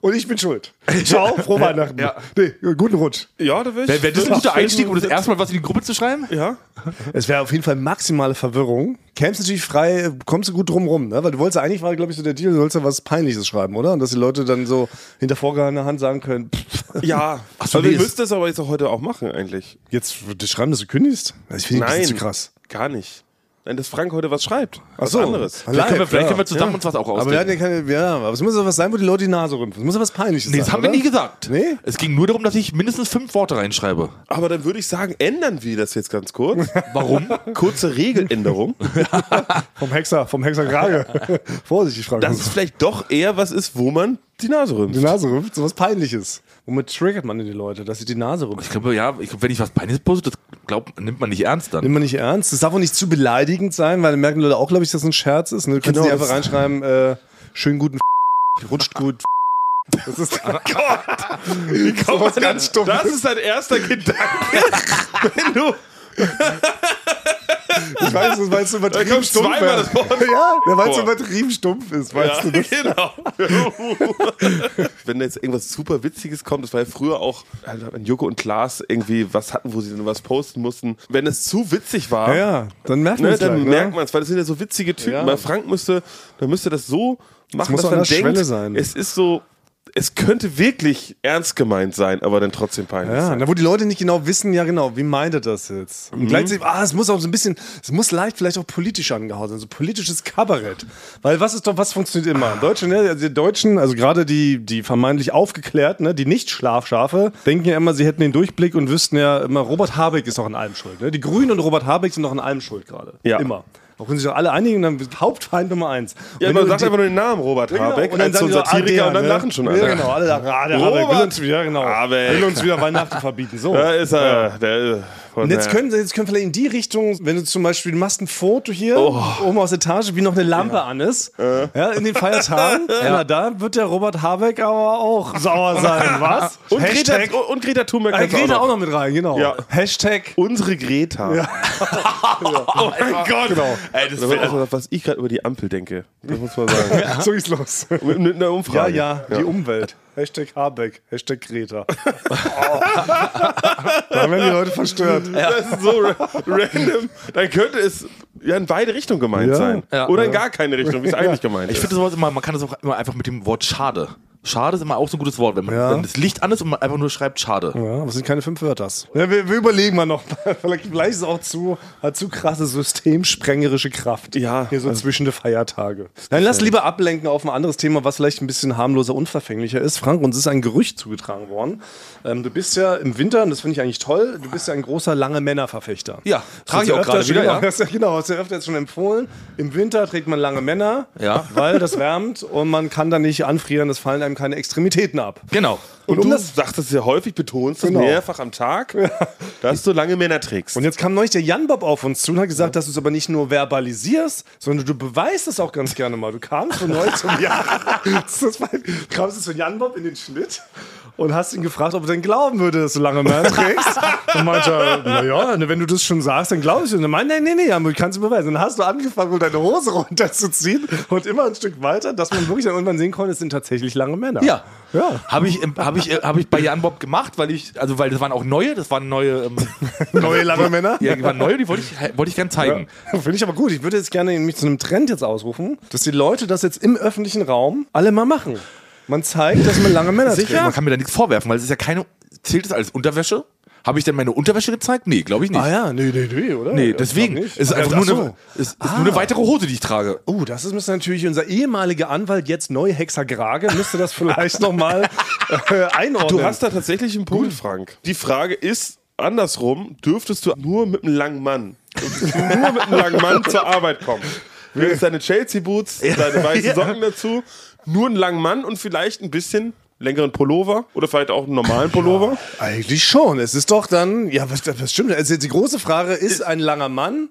Speaker 1: Und ich bin schuld. Ciao, frohe Weihnachten.
Speaker 2: Ja.
Speaker 1: Nee, guten Rutsch.
Speaker 3: Ja, da will ich.
Speaker 2: Wäre wär das ein
Speaker 3: Ja.
Speaker 2: guter Einstieg, um das erstmal was in die Gruppe zu schreiben?
Speaker 3: Ja.
Speaker 1: Es wäre auf jeden Fall maximale Verwirrung. Kämst natürlich frei, kommst du gut drum rum, ne? Weil du wolltest ja eigentlich, war glaube ich so der Deal, du sollst ja was Peinliches schreiben, oder? Und dass die Leute dann so hinter vorgehaltener Hand sagen können, pff,
Speaker 3: Ja.
Speaker 2: so,
Speaker 3: Also,
Speaker 2: nee,
Speaker 3: ihr
Speaker 2: ist-
Speaker 3: müsst das aber jetzt auch heute auch machen, eigentlich.
Speaker 1: jetzt das schreiben, dass du kündigst? Also ich finde das ein bisschen zu krass.
Speaker 3: Gar nicht. Nein, dass Frank heute was schreibt. Was
Speaker 1: so. Also,
Speaker 3: anderes.
Speaker 1: Live,
Speaker 2: Können wir, vielleicht
Speaker 1: ja.
Speaker 2: können wir zusammen uns was auch
Speaker 1: aber wir
Speaker 2: ausdenken.
Speaker 1: hatten ja keine, ja, aber es muss ja was sein, wo die Leute die Nase rümpfen. Es muss ja was Peinliches
Speaker 2: Nee,
Speaker 1: sein.
Speaker 2: das haben wir
Speaker 1: oder?
Speaker 2: nie gesagt.
Speaker 1: Nee?
Speaker 2: Es ging nur darum, dass ich mindestens fünf Worte reinschreibe.
Speaker 3: Aber dann würde ich sagen, ändern wir das jetzt ganz kurz.
Speaker 2: Warum?
Speaker 3: Kurze Regeländerung.
Speaker 1: Vom Hexer, vom Hexer Krage. Vorsichtig, Frank.
Speaker 3: Dass es vielleicht doch eher was ist, wo man die Nase
Speaker 1: die
Speaker 3: rümpft.
Speaker 1: Nase rümpft, so was Peinliches. Womit triggert man denn die Leute, dass sie die Nase rümpfen?
Speaker 2: Ich glaube, ja, ich glaube, wenn ich was Peinliches poste, das glaub, nimmt man nicht ernst dann.
Speaker 1: Nimm mal nicht ernst. Das darf auch nicht zu beleidigend sein, weil dann merken Leute auch, glaube ich, dass es ein Scherz ist. Ne? Du kannst
Speaker 3: Genau,
Speaker 1: nicht
Speaker 3: das-
Speaker 1: einfach reinschreiben, äh, schönen guten rutscht gut. Das ist
Speaker 3: Komm,
Speaker 1: was ganz Stumpfes.
Speaker 3: Das ist dein erster Gedanke. Wenn du
Speaker 1: ich weiß, das, weil es so übertrieben
Speaker 3: Da kommt
Speaker 1: stumpf
Speaker 3: zweimal
Speaker 1: war.
Speaker 3: das Wort.
Speaker 1: Ja, ja, weil es so
Speaker 3: Boah.
Speaker 1: übertrieben stumpf ist, weißt du. Das,
Speaker 3: genau. Wenn da jetzt irgendwas super Witziges kommt, das war ja früher auch, also wenn Joko und Klaas irgendwie was hatten, wo sie dann was posten mussten. Wenn es zu witzig war,
Speaker 1: ja, ja, dann merkt man
Speaker 3: ne,
Speaker 1: es
Speaker 3: dann
Speaker 1: gleich,
Speaker 3: merkt
Speaker 1: ne?
Speaker 3: man es, weil das sind ja so witzige Typen.
Speaker 1: Ja.
Speaker 3: Weil Frank müsste, dann müsste das so machen,
Speaker 1: muss
Speaker 3: dass
Speaker 1: an
Speaker 3: man
Speaker 1: der
Speaker 3: denkt,
Speaker 1: Schwelle sein.
Speaker 3: es ist so, es könnte wirklich ernst gemeint sein, aber dann trotzdem peinlich
Speaker 1: Ja,
Speaker 3: sein.
Speaker 1: da wo die Leute nicht genau wissen, ja genau, wie meint er das jetzt?
Speaker 3: Mhm.
Speaker 1: Und gleichzeitig, ah, es muss auch so ein bisschen, es muss leicht vielleicht auch politisch angehaucht sein, so politisches Kabarett. Weil was ist doch, was funktioniert immer?
Speaker 3: Ah.
Speaker 1: Deutsche, ne, also die Deutschen, also gerade die, die vermeintlich aufgeklärten, ne, die nicht Schlafschafe, denken ja immer, sie hätten den Durchblick und wüssten ja immer, Robert Habeck ist doch an allem schuld. Ne? Die Grünen und Robert Habeck sind doch an allem schuld gerade.
Speaker 3: Ja.
Speaker 1: Immer. Da können sich doch alle einigen, dann wird Hauptfeind Nummer eins.
Speaker 3: Ja,
Speaker 1: Wenn
Speaker 3: man
Speaker 1: du
Speaker 3: sagt
Speaker 1: die-
Speaker 3: einfach nur den Namen Robert
Speaker 1: Genau,
Speaker 3: Habeck
Speaker 1: und dann
Speaker 3: als so
Speaker 1: sagen die
Speaker 3: ein
Speaker 1: so, ah,
Speaker 3: Satiriker
Speaker 1: der,
Speaker 3: und dann
Speaker 1: ne?
Speaker 3: lachen schon alle.
Speaker 1: Ja, genau, alle lachen, ah, der Habeck will
Speaker 3: Robert
Speaker 1: uns wieder, genau.
Speaker 3: Habeck.
Speaker 1: Will uns wieder Weihnachten verbieten. So.
Speaker 3: Da ist er. Der,
Speaker 1: Und jetzt können, jetzt können vielleicht in die Richtung, wenn du zum Beispiel du machst ein Foto hier oben aus der Etage, wie noch eine Lampe an ist, Oh. ja, in den Feiertagen, ja. na, da wird der Robert Habeck aber auch sauer sein, was?
Speaker 3: und Greta, und- und Greta Thunberg
Speaker 1: äh,
Speaker 3: kannst du
Speaker 1: Greta auch noch. mit rein, genau.
Speaker 3: Ja.
Speaker 1: Hashtag.
Speaker 3: Unsere Greta.
Speaker 2: Oh mein Gott! Genau. Ey, das
Speaker 3: Das war
Speaker 2: wär,
Speaker 3: auch mal, was ich gerade über die Ampel denke. Das muss man sagen.
Speaker 1: So geht's los.
Speaker 3: mit, mit einer
Speaker 1: Ja,
Speaker 3: Umfrage.
Speaker 1: ja, die Umwelt. Hashtag Habeck, Hashtag Greta. Oh. da werden die Leute verstört.
Speaker 3: Das ist so ra random. Dann könnte es ja in beide Richtungen gemeint
Speaker 1: Ja.
Speaker 3: sein.
Speaker 6: Ja.
Speaker 3: Oder in gar keine Richtung, wie es eigentlich gemeint
Speaker 2: ich
Speaker 3: ist.
Speaker 2: finde sowas immer, man kann das auch immer einfach mit dem Wort schade. Schade ist immer auch so ein gutes Wort, wenn, man,
Speaker 1: Ja.
Speaker 2: wenn das Licht an ist und man einfach nur schreibt schade.
Speaker 1: Ja, aber es sind keine fünf Wörter. Ja, wir, wir überlegen mal noch. Vielleicht, vielleicht ist es auch zu, hat zu krasse systemsprengerische Kraft.
Speaker 3: Ja,
Speaker 1: Hier so zwischen die Feiertage. Nein, lass lieber ablenken auf ein anderes Thema, was vielleicht ein bisschen harmloser, unverfänglicher ist. Frank, uns ist ein Gerücht zugetragen worden. Ähm, du bist ja im Winter, und das finde ich eigentlich toll, du bist ja ein großer, lange Männerverfechter.
Speaker 2: Ja, trage
Speaker 1: Hast
Speaker 2: ich
Speaker 1: du
Speaker 2: auch
Speaker 1: öfter
Speaker 2: gerade
Speaker 1: schon-
Speaker 2: wieder,
Speaker 1: Genau,
Speaker 2: ja.
Speaker 1: hast, du- genau, hast du öfter jetzt schon empfohlen. Im Winter trägt man lange Männer,
Speaker 2: Ja.
Speaker 1: weil das wärmt und man kann da nicht anfrieren, es fallen einem keine Extremitäten ab.
Speaker 2: Genau.
Speaker 3: Und,
Speaker 1: um
Speaker 3: du
Speaker 1: das-
Speaker 3: sagst das ja häufig, betonst das
Speaker 1: Genau.
Speaker 3: mehrfach am Tag, dass du lange Männer trägst.
Speaker 1: Und jetzt kam neulich der Jan Bob auf uns zu und hat gesagt, dass du es aber nicht nur verbalisierst, sondern du beweist es auch ganz gerne mal. Du kamst von neu zum Jan. Das war- du kamst jetzt von Jan Bob in den Schnitt und hast ihn gefragt, ob er denn glauben würde, dass du lange Männer trägst. Und meinte er, naja, wenn du das schon sagst, dann glaube ich. Und er meinte, nee, nee, nee, ja, kannst du beweisen. Und dann hast du angefangen, wohl deine Hose runterzuziehen und immer ein Stück weiter, dass man wirklich dann irgendwann sehen konnte, es sind tatsächlich lange Männer.
Speaker 2: Ja.
Speaker 1: Ja.
Speaker 2: Habe ich, ähm, hab ich, äh, hab ich bei Jan Bob gemacht, weil ich, also weil das waren auch neue, das waren neue, ähm,
Speaker 1: Neue lange Männer?
Speaker 2: ja, die waren neue, die wollte ich, wollte ich gerne zeigen.
Speaker 1: Hm. Finde ich aber gut. Ich würde jetzt gerne mich zu einem Trend jetzt ausrufen, dass die Leute das jetzt im öffentlichen Raum alle mal machen. Man zeigt, dass man lange Männer
Speaker 2: Sicher? Man kann mir da nichts vorwerfen, weil es ist ja keine, zählt das als Unterwäsche? Habe ich denn meine Unterwäsche gezeigt? Nee, glaube ich nicht.
Speaker 1: Ah ja, nee, nee, nee, oder?
Speaker 2: Nee, deswegen. Es
Speaker 1: Nicht.
Speaker 2: ist
Speaker 1: Ah,
Speaker 2: einfach
Speaker 1: ach
Speaker 2: nur eine,
Speaker 1: so.
Speaker 2: es ist
Speaker 3: Ah.
Speaker 2: nur eine weitere Hose, die ich trage.
Speaker 1: Oh, das ist müsste natürlich unser ehemaliger Anwalt, jetzt neu Hexer Grage, müsste das vielleicht nochmal äh, einordnen.
Speaker 3: Du hast da tatsächlich einen Punkt, Frank. Die Frage ist andersrum, dürftest du nur mit einem langen Mann, nur mit einem langen Mann zur Arbeit kommen? Du hättest deine Chelsea Boots, deine weißen Socken dazu, nur einen langen Mann und vielleicht ein bisschen längeren Pullover oder vielleicht auch einen normalen Pullover.
Speaker 1: Eigentlich schon. Es ist doch dann, ja, was, was stimmt? Also die große Frage, ist ein langer Mann,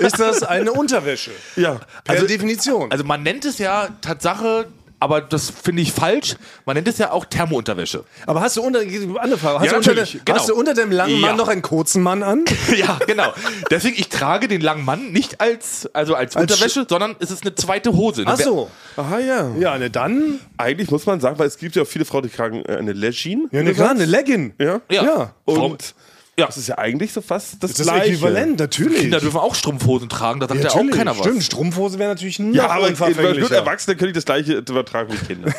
Speaker 1: ist das eine Unterwäsche?
Speaker 3: Ja.
Speaker 1: Per Definition.
Speaker 2: Also man nennt es ja Tatsache, aber das finde ich falsch, man nennt es ja auch Thermounterwäsche.
Speaker 1: aber hast du unter, andere Frage, hast,
Speaker 2: Ja,
Speaker 1: du unter,
Speaker 2: natürlich,
Speaker 1: dem-
Speaker 2: genau.
Speaker 1: hast du unter dem langen
Speaker 2: Ja.
Speaker 1: Mann noch einen kurzen Mann an?
Speaker 2: ja, genau. Deswegen, ich trage den langen Mann nicht als, also als,
Speaker 1: Als
Speaker 2: Unterwäsche, sondern es ist eine zweite Hose. Ne?
Speaker 1: Ach so.
Speaker 3: Aha, ja.
Speaker 1: Ja, ne, dann.
Speaker 3: Eigentlich muss man sagen, weil es gibt ja auch viele Frauen, die tragen äh, eine Legging.
Speaker 1: Ja, ne, klar, eine Legging.
Speaker 3: Ja.
Speaker 2: Ja.
Speaker 1: Ja.
Speaker 3: Und
Speaker 2: Ja.
Speaker 3: das ist ja eigentlich so fast das,
Speaker 1: Das ist
Speaker 3: Gleiche.
Speaker 1: äquivalent, natürlich.
Speaker 2: Kinder dürfen auch Strumpfhosen tragen, da sagt ja, auch
Speaker 1: Natürlich,
Speaker 2: keiner was.
Speaker 1: Stimmt, Strumpfhose wäre natürlich noch
Speaker 3: Ja, aber nur
Speaker 1: unverfänglicher.
Speaker 3: Erwachsene können ich das Gleiche übertragen wie Kinder.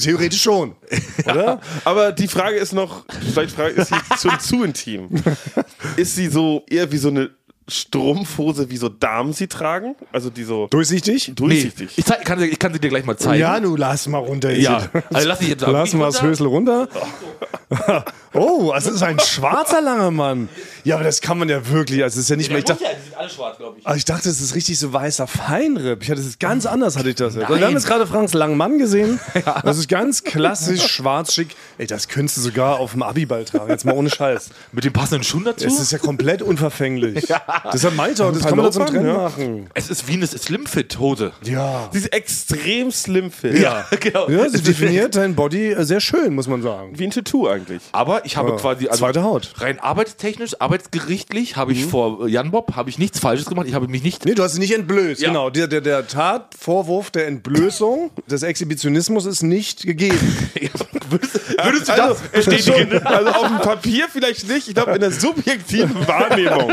Speaker 1: Theoretisch schon.
Speaker 3: Oder? Aber die Frage ist noch, vielleicht Frage ist sie zu, zu intim. Ist sie so eher wie so eine Strumpfhose, wie so Damen sie tragen? Also die so
Speaker 1: Durchsichtig?
Speaker 2: Nee,
Speaker 3: durchsichtig.
Speaker 2: ich, zeig, kann, sie- ich kann sie dir gleich mal zeigen.
Speaker 1: Ja, du lass mal runter. jetzt.
Speaker 2: Ja. Also lass dich jetzt
Speaker 1: Lass mal das
Speaker 2: runter.
Speaker 1: Hösel runter. Oh, es ist ein schwarzer langer Mann. Ja, aber das kann man ja wirklich. Also es ist ja nicht mehr. Ich, dachte,
Speaker 2: die sind alle schwarz, glaube ich.
Speaker 1: also ich dachte, es ist richtig so weißer Feinripp. Ich hatte es ganz anders, hatte ich das. Jetzt. Und wir
Speaker 2: Nein.
Speaker 1: haben jetzt gerade Franks langen Mann gesehen. Das ist ganz klassisch schwarz schick. Ey, das könntest du sogar auf dem Abiball tragen. Jetzt mal ohne Scheiß.
Speaker 2: Mit dem passenden Schuhen dazu?
Speaker 1: Es ist ja komplett unverfänglich. Deshalb meinte ich, auch, das kann man doch zum
Speaker 3: Paloppern,
Speaker 1: Trend
Speaker 2: ne?
Speaker 3: ja.
Speaker 1: machen.
Speaker 2: es ist wie eine Slimfit-Hose.
Speaker 1: Ja.
Speaker 3: Sie ist extrem slim fit.
Speaker 2: genau.
Speaker 1: Ja, sie definiert dein Body äh, sehr schön, muss man sagen.
Speaker 3: Wie ein Tattoo eigentlich.
Speaker 2: Aber ich habe quasi. Also
Speaker 1: Zweite Haut.
Speaker 2: Rein arbeitstechnisch, arbeitsgerichtlich habe
Speaker 1: Mhm.
Speaker 2: ich vor äh, Jan Bob habe ich nichts Falsches gemacht. Ich habe mich nicht.
Speaker 1: Nee, du hast sie nicht entblößt.
Speaker 2: Ja.
Speaker 1: Genau, der, der, der Tatvorwurf der Entblößung des Exhibitionismus ist nicht gegeben. also,
Speaker 2: Würdest du das
Speaker 3: Schon, also auf dem Papier vielleicht nicht, ich glaube in der subjektiven Wahrnehmung.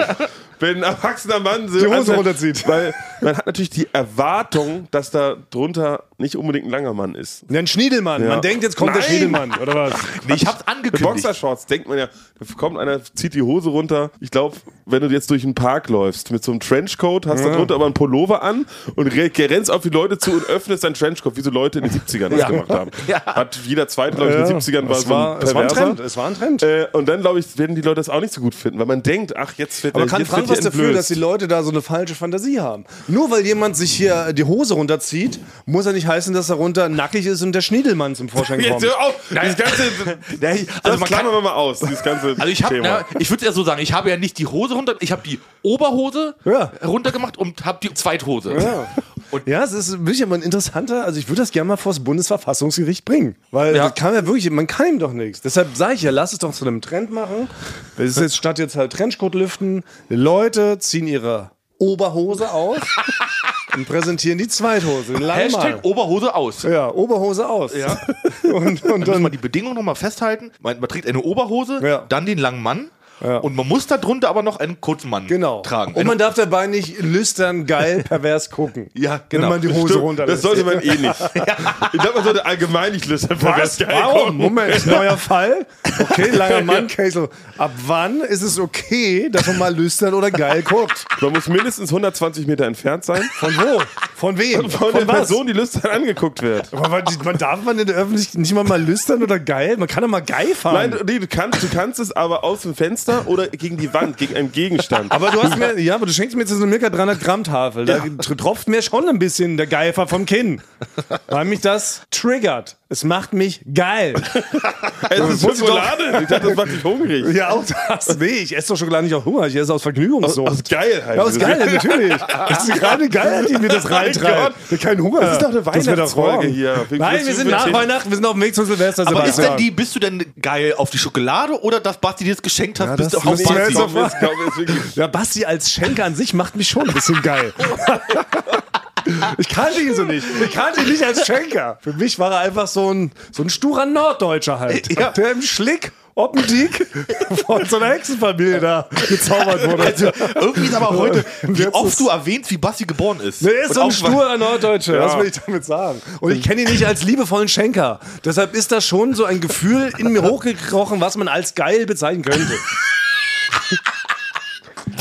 Speaker 3: Wenn ein erwachsener Mann so
Speaker 1: Die Hose runterzieht.
Speaker 3: Weil man hat natürlich die Erwartung, dass da drunter nicht unbedingt ein langer Mann ist.
Speaker 1: Ein Schniedelmann. Man denkt, jetzt kommt der
Speaker 3: Nein.
Speaker 1: Schniedelmann, oder was?
Speaker 2: Nee, ich habe es
Speaker 3: Mit
Speaker 2: angekündigt.
Speaker 3: Boxershorts denkt man ja, da kommt einer, zieht die Hose runter. Ich glaube, wenn du jetzt durch den Park läufst mit so einem Trenchcoat, hast da drunter aber einen Pullover an und re- rennst auf die Leute zu und öffnest deinen Trenchcoat, wie so Leute in den 70ern das gemacht haben. Hat jeder zweite, glaube ich, in den 70ern war
Speaker 1: es
Speaker 3: so ein
Speaker 1: war, es war ein
Speaker 3: Perverser.
Speaker 1: Trend. Es war ein Trend.
Speaker 3: Äh, und dann, glaube ich, werden die Leute das auch nicht so gut finden, weil man denkt, ach, jetzt wird
Speaker 1: Aber
Speaker 3: der-
Speaker 1: kann
Speaker 3: jetzt
Speaker 1: Frank
Speaker 3: wird
Speaker 1: was
Speaker 3: hier
Speaker 1: dafür, dass
Speaker 3: entblößt.
Speaker 1: die Leute da so eine falsche Fantasie haben? Nur weil jemand sich hier die Hose runterzieht, muss er nicht heißen, dass er runter nackig ist und der Schniedelmann zum Vorschein
Speaker 3: Jetzt
Speaker 1: kommt.
Speaker 3: hör auf! Dieses ganze.
Speaker 2: Nee,
Speaker 3: das
Speaker 2: also man
Speaker 3: klammern
Speaker 2: kann,
Speaker 3: wir mal aus, dieses ganze
Speaker 2: also ich habe,
Speaker 3: Thema.
Speaker 2: ich würde ja so sagen, ich habe ja nicht die Hose runter, ich habe die Oberhose
Speaker 1: Ja.
Speaker 2: runtergemacht und habe die Zweithose.
Speaker 1: Ja, es ist wirklich aber ein interessanter, also ich würde das gerne mal vor das Bundesverfassungsgericht bringen. Weil
Speaker 2: Ja.
Speaker 1: das kann ja wirklich, man kann ihm doch nichts. Deshalb sage ich ja, lass es doch zu einem Trend machen. Es ist jetzt statt jetzt halt Trenchcoat lüften, die Leute ziehen ihre Oberhose aus und präsentieren die Zweithose. Den langen Mann.
Speaker 2: Hashtag Oberhose aus.
Speaker 1: Ja, Oberhose aus. Ja. Und, und
Speaker 2: Muss
Speaker 1: dann
Speaker 2: man die Bedingung nochmal festhalten. Man, man trägt eine Oberhose,
Speaker 1: Ja.
Speaker 2: dann den langen Mann und man muss darunter aber noch einen kurzen Mann
Speaker 1: Genau.
Speaker 2: tragen.
Speaker 1: Und man darf dabei nicht lüstern, geil, pervers gucken.
Speaker 2: Ja, genau.
Speaker 1: Wenn man die Hose
Speaker 3: Stimmt,
Speaker 1: runterlässt.
Speaker 3: das sollte man eh nicht. Ich glaube, man sollte allgemein nicht lüstern.
Speaker 1: Was? Warum? Moment, neuer Fall. Okay, langer Mann, Käse. Ab wann ist es okay, dass man mal lüstern oder geil guckt?
Speaker 3: Man muss mindestens 120 Meter entfernt sein
Speaker 1: Von wo? Von wem?
Speaker 3: von, Oh der Person, die lüstern angeguckt wird.
Speaker 1: Aber Man, man darf man in der Öffentlichkeit nicht mal mal lüstern oder geil? Man kann doch mal geil fahren.
Speaker 3: Nein, du- nee, du kannst, du kannst es aber aus dem Fenster oder gegen die Wand, gegen einen Gegenstand.
Speaker 1: aber du hast mir, ja, aber du schenkst mir jetzt so eine Milka 300 Gramm Tafel. Da tropft mir schon ein bisschen der Geifer vom Kinn. Weil mich das triggert. Es macht mich geil.
Speaker 3: Es ist
Speaker 1: wusste doch-
Speaker 3: Schokolade. Ich dachte, das macht dich hungrig.
Speaker 1: ja, auch das. Nee, ich esse doch Schokolade nicht auf Hunger. Ich esse aus halt. Vergnügungssucht.
Speaker 3: Aus Geilheit.
Speaker 1: ja, aus Geilheit, natürlich. Das ist gerade Geilheit, die mir das reintreibt. Kein Hunger. Das
Speaker 3: ist doch eine Weihnachtsfolge hier. Wir-
Speaker 1: Nein, wir sind nach Weihnachten, wir sind auf dem Weg zu Silvester.
Speaker 2: Aber ist denn
Speaker 1: Sebastian.
Speaker 2: die, bist du denn geil auf die Schokolade oder das, Basti dir jetzt geschenkt hast,
Speaker 1: Ja,
Speaker 2: bist du
Speaker 1: das
Speaker 2: auch auf
Speaker 1: müssen wir
Speaker 2: Basti?
Speaker 1: jetzt auf-
Speaker 3: Ich glaube, es ist wirklich
Speaker 1: Ja, Basti als Schenker an sich macht mich schon ein bisschen geil. Ich kannte ihn so nicht. Ich kannte ihn nicht als Schenker. Für mich war er einfach so ein, so ein sturer Norddeutscher halt.
Speaker 2: Ja.
Speaker 1: Der im Schlick, Oppendiek von so einer Hexenfamilie da gezaubert wurde.
Speaker 2: Also, irgendwie ist aber heute, wie
Speaker 1: Jetzt
Speaker 2: oft
Speaker 1: ist-
Speaker 2: du erwähnst, wie Basti geboren ist.
Speaker 1: Er ist
Speaker 2: Und
Speaker 1: so ein
Speaker 2: auch-
Speaker 1: sturer Norddeutscher, das will ich damit sagen. Und ich kenne ihn nicht als liebevollen Schenker. Deshalb ist das schon so ein Gefühl in mir hochgekrochen, was man als geil bezeichnen könnte.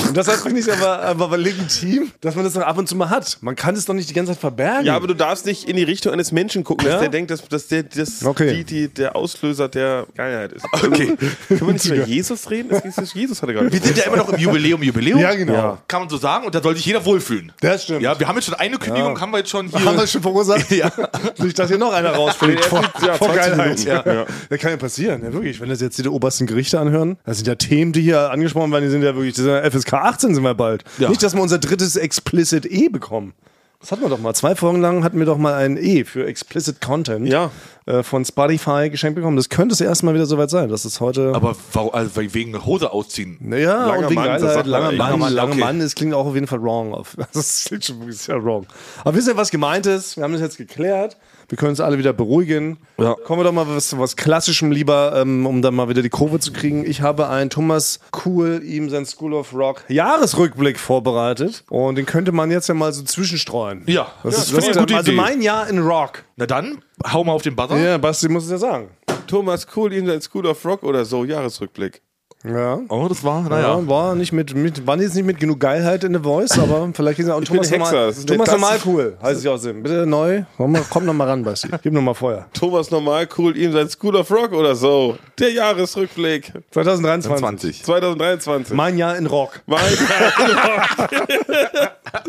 Speaker 1: Und deshalb finde ich es aber, aber legitim, dass man das noch ab und zu mal hat. Man kann es doch nicht die ganze Zeit verbergen.
Speaker 3: Ja, aber du darfst nicht in die Richtung eines Menschen gucken, dass
Speaker 1: Ja?
Speaker 3: der denkt, dass, dass der dass
Speaker 1: Okay.
Speaker 3: die, die, der Auslöser der Geilheit ist. Okay. Können wir nicht über Jesus reden? Das ist, Jesus hatte gerade.
Speaker 2: Wir sind ja immer noch im Jubiläum, Jubiläum.
Speaker 1: Ja, genau.
Speaker 2: Kann man so sagen. Und da soll sich jeder wohlfühlen.
Speaker 1: das stimmt.
Speaker 2: Ja, wir haben jetzt schon eine Kündigung, haben wir jetzt schon hier.
Speaker 1: Haben wir schon verursacht?
Speaker 2: Ja.
Speaker 1: Nicht, dass hier noch einer rausfliegt. Vor,
Speaker 3: ja,
Speaker 1: vor
Speaker 3: 20
Speaker 1: Geilheit.
Speaker 3: Minuten.
Speaker 1: Ja.
Speaker 3: Ja.
Speaker 1: Das kann ja passieren, ja, wirklich. Wenn das jetzt die obersten Gerichte anhören, das sind ja Themen, die hier angesprochen werden, die sind ja wirklich, das ist ja FSK 18 sind wir bald.
Speaker 2: Ja.
Speaker 1: Nicht, dass wir unser drittes Explicit E bekommen. Das hatten wir doch mal. Zwei Folgen lang hatten wir doch mal ein E für Explicit Content
Speaker 3: Ja.
Speaker 1: äh, von Spotify geschenkt bekommen. Das könnte es erstmal wieder soweit sein. Das ist heute.
Speaker 2: Aber warum- also wegen Hose ausziehen.
Speaker 1: Ja,
Speaker 3: Langer
Speaker 1: und wegen
Speaker 3: Mann,
Speaker 1: Geilheit,
Speaker 3: das sagt man
Speaker 1: langer Mann,
Speaker 3: eigentlich.
Speaker 2: Langer
Speaker 1: langer
Speaker 2: Mann,
Speaker 1: Mann,
Speaker 2: okay.
Speaker 1: das klingt auch auf jeden Fall wrong. Auf. Das klingt schon wirklich sehr wrong. Aber wisst ihr, was gemeint ist? Wir haben das jetzt geklärt. Wir können uns alle wieder beruhigen. Kommen wir doch mal was, was Klassischem lieber, ähm, um dann mal wieder die Kurve zu kriegen. Ich habe einen Thomas Kuhl, ihm sein School of Rock Jahresrückblick vorbereitet. Und den könnte man jetzt ja mal so zwischenstreuen.
Speaker 2: Ja,
Speaker 1: das
Speaker 2: ja,
Speaker 1: ist, das
Speaker 2: finde ich
Speaker 1: ist
Speaker 2: eine gute
Speaker 1: also
Speaker 2: Idee.
Speaker 1: mein Jahr in Rock.
Speaker 2: Na dann, hau mal auf den Buzzer.
Speaker 1: Ja, Basti muss es ja sagen.
Speaker 3: Thomas Kohl in sein School of Rock oder so, Jahresrückblick.
Speaker 1: Ja.
Speaker 2: Oh, das war, naja.
Speaker 1: Ja, war nicht mit, mit waren jetzt nicht mit genug Geilheit in der Voice, aber vielleicht ist er auch
Speaker 3: bin
Speaker 1: Thomas
Speaker 3: Hexer,
Speaker 1: normal.
Speaker 3: das ist der
Speaker 1: Thomas normal
Speaker 3: Klasse-
Speaker 1: cool, heißt es ja auch Sim. Bitte neu, komm, mal- komm noch mal ran, Basti. Gib noch mal Feuer.
Speaker 3: Thomas normal Kohl in sein School of Rock oder so, der Jahresrückblick
Speaker 1: 2023.
Speaker 3: 2023.
Speaker 1: Mein Jahr in Rock.
Speaker 3: Mein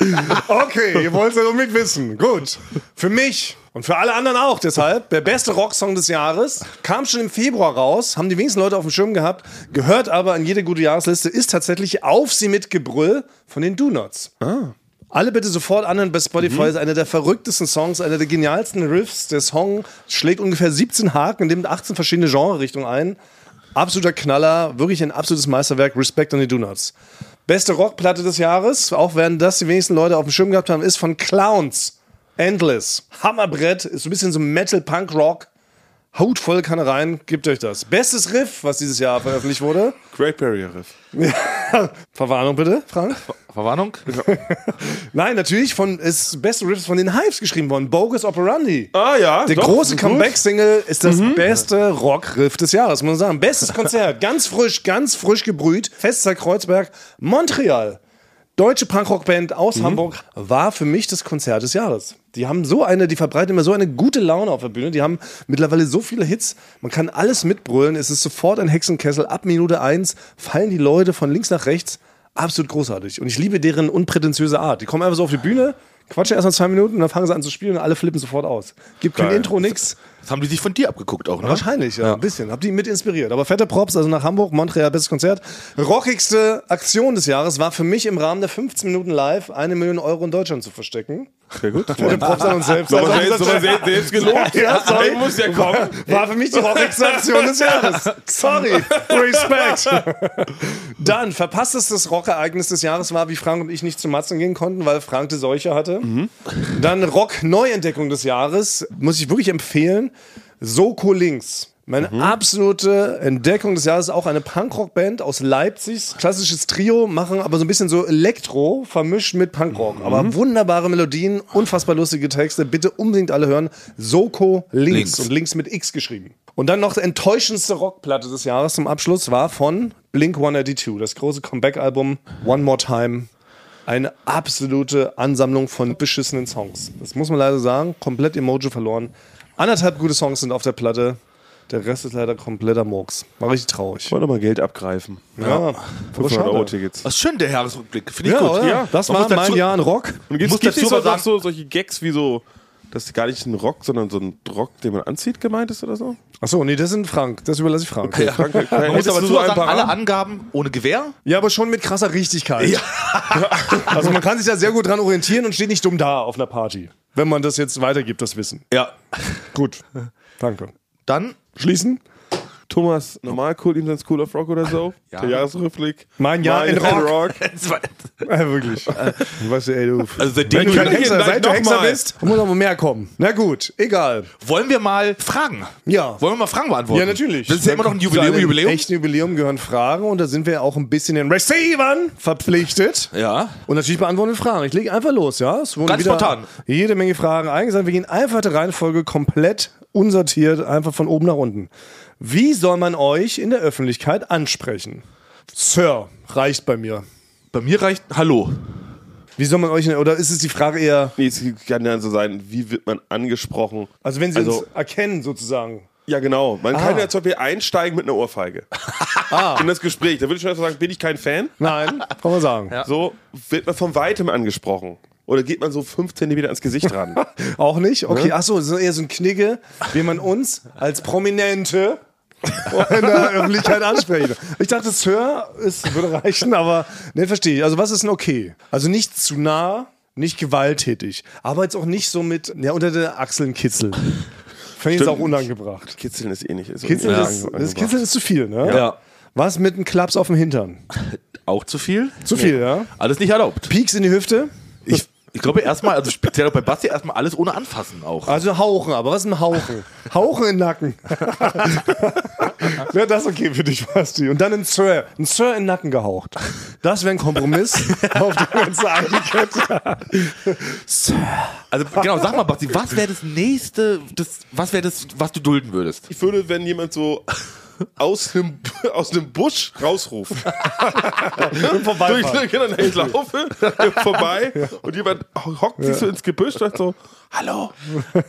Speaker 1: Okay, ihr wollt es ja unbedingt wissen. Gut. Für mich und für alle anderen auch deshalb, der beste Rocksong des Jahres kam schon im Februar raus, haben die wenigsten Leute auf dem Schirm gehabt, gehört aber an jede gute Jahresliste, ist tatsächlich Auf sie mit Gebrüll von den Do-Nots. Alle bitte sofort anhören bei Spotify. Ist einer der verrücktesten Songs, einer der genialsten Riffs. Der Song schlägt ungefähr 17 Haken, nimmt 18 verschiedene Genrerichtungen ein. Absoluter Knaller, wirklich ein absolutes Meisterwerk. Respekt an die Donuts. Beste Rockplatte des Jahres, auch während das die wenigsten Leute auf dem Schirm gehabt haben, ist von Clowns. Endless. Hammerbrett, ist so ein bisschen so Metal-Punk-Rock. Haut voll Kanne rein, gebt euch das. Bestes Riff, was dieses Jahr veröffentlicht wurde.
Speaker 3: Great Barrier Riff.
Speaker 1: Verwarnung bitte, Frank.
Speaker 2: Verwarnung?
Speaker 1: Nein, natürlich von ist beste Riffs von den Hives geschrieben worden. Bogus Operandi.
Speaker 3: Ah ja,
Speaker 1: Der
Speaker 3: doch,
Speaker 1: große
Speaker 3: ist gut. Mhm.
Speaker 1: Comeback-Single ist das beste Rock-Riff des Jahres, muss man sagen. Bestes Konzert, ganz frisch, ganz frisch gebrüht. Festzeit Kreuzberg, Montreal. Deutsche Punkrock-Band
Speaker 3: Mhm.
Speaker 1: aus Hamburg war für mich das Konzert des Jahres. Die haben so eine, die verbreiten immer so eine gute Laune auf der Bühne. Die haben mittlerweile so viele Hits. Man kann alles mitbrüllen. Es ist sofort ein Hexenkessel. Ab Minute 1 fallen die Leute von links nach rechts. Absolut großartig. Und ich liebe deren unprätentiöse Art. Die kommen einfach so auf die Bühne, quatschen erst mal zwei Minuten und dann fangen sie an zu spielen und alle flippen sofort aus. Gibt kein Intro, nix.
Speaker 2: Das haben die sich von dir abgeguckt auch, ne?
Speaker 1: Wahrscheinlich, ja. Ein bisschen. Hab die mit inspiriert. Aber fette Props, also nach Hamburg, Montreal, bestes Konzert. Rockigste Aktion des Jahres war für mich im Rahmen der 15 Minuten Live eine Million Euro in Deutschland zu verstecken.
Speaker 3: Sehr gut.
Speaker 1: Fette Props an uns selbst.
Speaker 3: So, aber
Speaker 1: Also,
Speaker 3: selbst, so, selbst, selbst gelobt.
Speaker 1: Ja, sorry.
Speaker 3: Ey, muss ja kommen.
Speaker 1: war für mich die rockigste Aktion des Jahres. Sorry. Respekt. Dann, verpasstes Rockereignis des Jahres war, wie Frank und ich nicht zu Matzen gehen konnten, weil Frank die Seuche hatte. Dann Rock-Neuentdeckung des Jahres, muss ich wirklich empfehlen. Soko Links. Meine absolute Entdeckung des Jahres, auch eine Punkrock-Band aus Leipzig. Klassisches Trio, machen aber so ein bisschen so Elektro, vermischt mit Punkrock. Aber wunderbare Melodien, unfassbar lustige Texte. Bitte unbedingt alle hören. Soko Links.
Speaker 2: Links.
Speaker 1: Und links mit X geschrieben. Und dann noch die enttäuschendste Rockplatte des Jahres zum Abschluss war von Blink 182, das große Comeback-Album One More Time. Eine absolute Ansammlung von beschissenen Songs. Das muss man leider sagen. Komplett Emoji verloren. Anderthalb gute Songs sind auf der Platte. Der Rest ist leider kompletter Murks. War richtig traurig.
Speaker 3: Wollen doch mal Geld abgreifen.
Speaker 1: Ja, aber
Speaker 3: 500 Euro
Speaker 1: schade.
Speaker 3: Tickets.
Speaker 2: Was schön, der Jahresrückblick. Finde ich
Speaker 1: Ja,
Speaker 2: gut.
Speaker 1: oder?
Speaker 2: Ja.
Speaker 1: das
Speaker 2: Man
Speaker 1: war
Speaker 2: muss dazu-
Speaker 1: mein Jahr in Rock.
Speaker 3: Und gibt's,
Speaker 2: Muss
Speaker 3: gibt's
Speaker 2: dazu
Speaker 3: dazu
Speaker 2: aber
Speaker 3: auch noch so solche Gags wie so dass gar nicht ein Rock, sondern so ein Rock, den man anzieht, gemeint ist oder so?
Speaker 1: Achso, nee, das sind Frank. Das überlasse ich Frank.
Speaker 3: Ja. Frank,
Speaker 2: Man muss aber so sagen, alle Angaben ohne Gewehr.
Speaker 1: Ja, aber schon mit krasser Richtigkeit. also man kann sich da sehr gut dran orientieren und steht nicht dumm da auf einer Party. Wenn man das jetzt weitergibt, das Wissen.
Speaker 2: Ja.
Speaker 1: Gut. Danke.
Speaker 2: Dann
Speaker 1: Schließen.
Speaker 3: Thomas, normal cool, ihm sein School of Rock oder so. Der Jahresrückblick.
Speaker 1: Mein Jahr
Speaker 3: Mein
Speaker 1: in
Speaker 3: Jahr
Speaker 1: Rock.
Speaker 2: also
Speaker 1: Ja, Äh, wirklich. weißt du, ey, du.
Speaker 2: the Ding,
Speaker 1: Wenn du
Speaker 3: können
Speaker 1: Hexer,
Speaker 3: hier
Speaker 1: seit du
Speaker 3: gleich
Speaker 1: Hexer
Speaker 3: nochmal.
Speaker 1: bist, muss noch mal mehr kommen. Na gut, egal.
Speaker 2: wollen wir mal fragen?
Speaker 1: Ja.
Speaker 2: Wollen wir mal Fragen beantworten?
Speaker 1: Ja, natürlich.
Speaker 2: Das ist ja immer noch ein
Speaker 1: Zu
Speaker 2: Jubiläum,
Speaker 1: einem
Speaker 2: Jubiläum.
Speaker 1: echten Jubiläum gehören Fragen und da sind wir auch ein bisschen den Receivern verpflichtet.
Speaker 2: Ja.
Speaker 1: Und natürlich beantworten wir Fragen. Ich lege einfach los, ja? Es wurden
Speaker 2: Ganz
Speaker 1: wieder
Speaker 2: spontan.
Speaker 1: Jede Menge Fragen eingesandt. Wir gehen einfach der Reihenfolge komplett unsortiert, einfach von oben nach unten. Wie soll man euch in der Öffentlichkeit ansprechen? Sir, reicht bei mir.
Speaker 2: Bei mir reicht Hallo.
Speaker 1: Wie soll man euch, in- oder ist es die Frage eher,
Speaker 3: Nee, es kann ja so sein, wie wird man angesprochen?
Speaker 1: also wenn sie
Speaker 3: Also-
Speaker 1: uns Ah. erkennen sozusagen?
Speaker 3: Ja, genau. Man kann ja zum Beispiel einsteigen mit einer Ohrfeige.
Speaker 1: Ah.
Speaker 3: In das Gespräch. Da würde ich schon erstmal sagen, bin ich kein Fan?
Speaker 1: Nein, kann man sagen.
Speaker 3: So wird man von Weitem angesprochen. Oder geht man so fünf Zentimeter ans Gesicht ran?
Speaker 1: Auch nicht? Okay, achso, das ist eher so ein Knigge, wie man uns als Prominente in der Öffentlichkeit ansprechen. Ich dachte, Sir, es würde reichen, aber ne, verstehe ich. Also, was ist denn okay? Also nicht zu nah, nicht gewalttätig, aber jetzt auch nicht so mit, ja, unter der Achseln kitzeln. Fände ich jetzt auch unangebracht.
Speaker 3: Kitzeln ist eh nicht. Ist
Speaker 1: Kitzeln,
Speaker 3: unangebracht.
Speaker 1: ist, das kitzeln ist zu viel, ne?
Speaker 2: Ja.
Speaker 1: Was mit einem Klaps auf dem Hintern?
Speaker 2: Auch zu viel?
Speaker 1: Zu viel, ja?
Speaker 2: Alles nicht erlaubt.
Speaker 1: Pieks in die Hüfte?
Speaker 2: Ich, ich glaube erstmal, also speziell auch bei Basti, erstmal alles ohne anfassen auch.
Speaker 1: Also hauchen, aber was ist ein Hauchen? hauchen in den Nacken. Wäre das okay für dich, Basti? Und dann ein Sir. Ein Sir in den Nacken gehaucht. Das wäre ein Kompromiss auf die ganze Etikette.
Speaker 2: Also genau, sag mal Basti, was wäre das nächste, das, was wäre das, was du dulden würdest?
Speaker 3: Ich würde, wenn jemand so aus einem, aus einem Busch rausruft. durch, durch, dann, ich laufe vorbei und jemand hockt sich so ins Gebüsch und sagt so, hallo,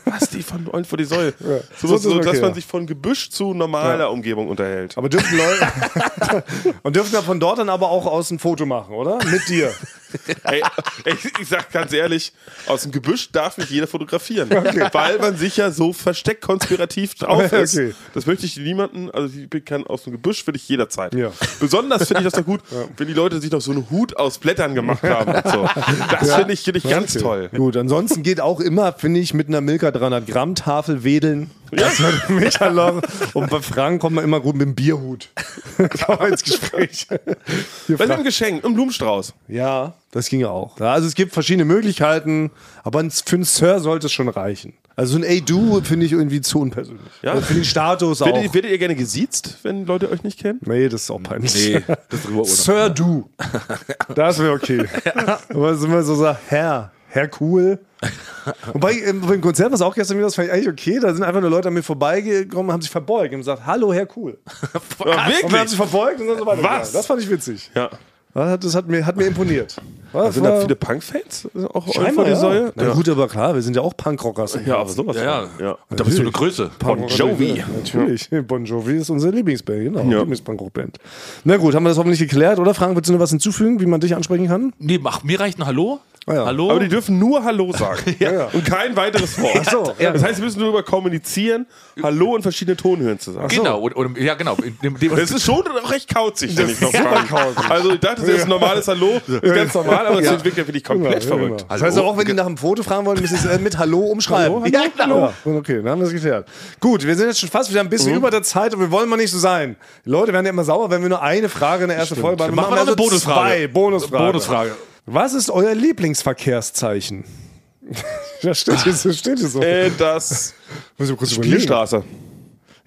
Speaker 3: was die von euch vor die Säule. So,
Speaker 1: So
Speaker 3: so,
Speaker 1: ist es okay,
Speaker 3: dass
Speaker 1: ja.
Speaker 3: man sich von Gebüsch zu normaler Umgebung unterhält.
Speaker 1: Aber dürfen Leute. Und dürfen dann von dort dann aber auch aus ein Foto machen, oder? Mit dir.
Speaker 3: Ey, ich, ich sag ganz ehrlich, aus dem Gebüsch darf nicht jeder fotografieren, weil man sich ja so versteckt konspirativ drauf
Speaker 1: Okay.
Speaker 3: ist. Das möchte ich niemanden, also ich bin kein aus dem Gebüsch will ich jederzeit.
Speaker 1: Ja.
Speaker 3: Besonders finde ich das doch gut, wenn die Leute sich noch so einen Hut aus Blättern gemacht haben und so. Das finde ich, find ich ganz toll.
Speaker 1: Gut, ansonsten geht auch immer, finde ich, mit einer Milka 300 Gramm Tafel wedeln. Das wird ein Meterloch. Und bei Fragen kommt man immer gut mit dem Bierhut. Auch ins Gespräch. Hier
Speaker 3: Was ist
Speaker 1: Frank-
Speaker 3: ein Geschenk? Ein Blumenstrauß.
Speaker 1: Ja, das ging auch. Ja, Also es gibt verschiedene Möglichkeiten, aber ein- für einen Sir sollte es schon reichen. Also ein Ey Du finde ich irgendwie zu unpersönlich.
Speaker 3: Ja.
Speaker 1: Also Für den Status auch.
Speaker 3: Werdet, ihr- werdet ihr gerne gesiezt, wenn Leute euch nicht kennen?
Speaker 1: nee, das ist auch peinlich.
Speaker 2: das drüber ohne.
Speaker 1: Sir Du. Das wäre okay. Aber sind wir so sagen, Herr, Herr cool. Und bei, ähm, beim Konzert, was auch gestern wieder, das fand ich eigentlich okay, da sind einfach nur Leute an mir vorbeigekommen, haben sich verbeugt und gesagt, hallo Herr cool.
Speaker 3: Ja,
Speaker 1: Und wir haben sich verbeugt und dann so weiter.
Speaker 3: Was?
Speaker 1: Das fand ich witzig.
Speaker 3: Ja.
Speaker 1: Das hat, das hat, mir, hat mir imponiert. Das
Speaker 3: Sind da
Speaker 1: war-
Speaker 3: viele Punk-Fans? Also Auch euch vor
Speaker 1: Scheinbar,
Speaker 3: die
Speaker 1: ja.
Speaker 3: Säule?
Speaker 1: Na gut, aber klar, wir sind ja auch Punkrockers.
Speaker 3: Ja, aber sowas.
Speaker 2: Ja,
Speaker 3: von.
Speaker 2: ja. Da bist du eine Größe.
Speaker 1: Bon
Speaker 3: Jovi.
Speaker 1: Natürlich. Bon Jovi ist unsere Lieblingsband, genau. Lieblingsbankrockband. Na gut, haben wir das hoffentlich geklärt, oder? Frank, willst du noch was hinzufügen, wie man dich ansprechen kann?
Speaker 2: Nee, mach, mir reicht ein Hallo.
Speaker 1: Ah ja.
Speaker 2: Hallo.
Speaker 3: Aber die dürfen nur Hallo sagen.
Speaker 1: ja.
Speaker 3: Und kein weiteres Wort.
Speaker 1: Ach so, ja.
Speaker 3: Das heißt, sie müssen darüber kommunizieren, Hallo in verschiedene Tonhöhen zu sagen.
Speaker 2: genau, oder, oder, ja genau. In dem, dem,
Speaker 3: Das ist schon auch recht kauzig, wenn ich noch fragen
Speaker 1: kauzig.
Speaker 3: Also ich dachte, das ist ein normales Hallo, ist ganz normal, aber es entwickelt finde ich komplett verrückt.
Speaker 1: Das heißt Also, auch, wenn die nach dem Foto fragen wollen, müssen sie es äh, mit Hallo umschreiben.
Speaker 3: Hallo, hallo,
Speaker 1: Ja, genau. Okay, dann haben wir es geklärt. Gut, wir sind jetzt schon fast wieder ein bisschen über der Zeit und wir wollen mal nicht so sein. Die Leute werden ja immer sauer, wenn wir nur eine Frage in der ersten Folge machen. also
Speaker 2: Machen wir noch eine Bonusfrage.
Speaker 1: Zwei Bonusfrage.
Speaker 2: Bonusfrage.
Speaker 1: Was ist euer Lieblingsverkehrszeichen? Das steht hier so. Steht hier so.
Speaker 3: Äh, das
Speaker 1: Muss ich mal kurz überlegen.
Speaker 3: Spielstraße.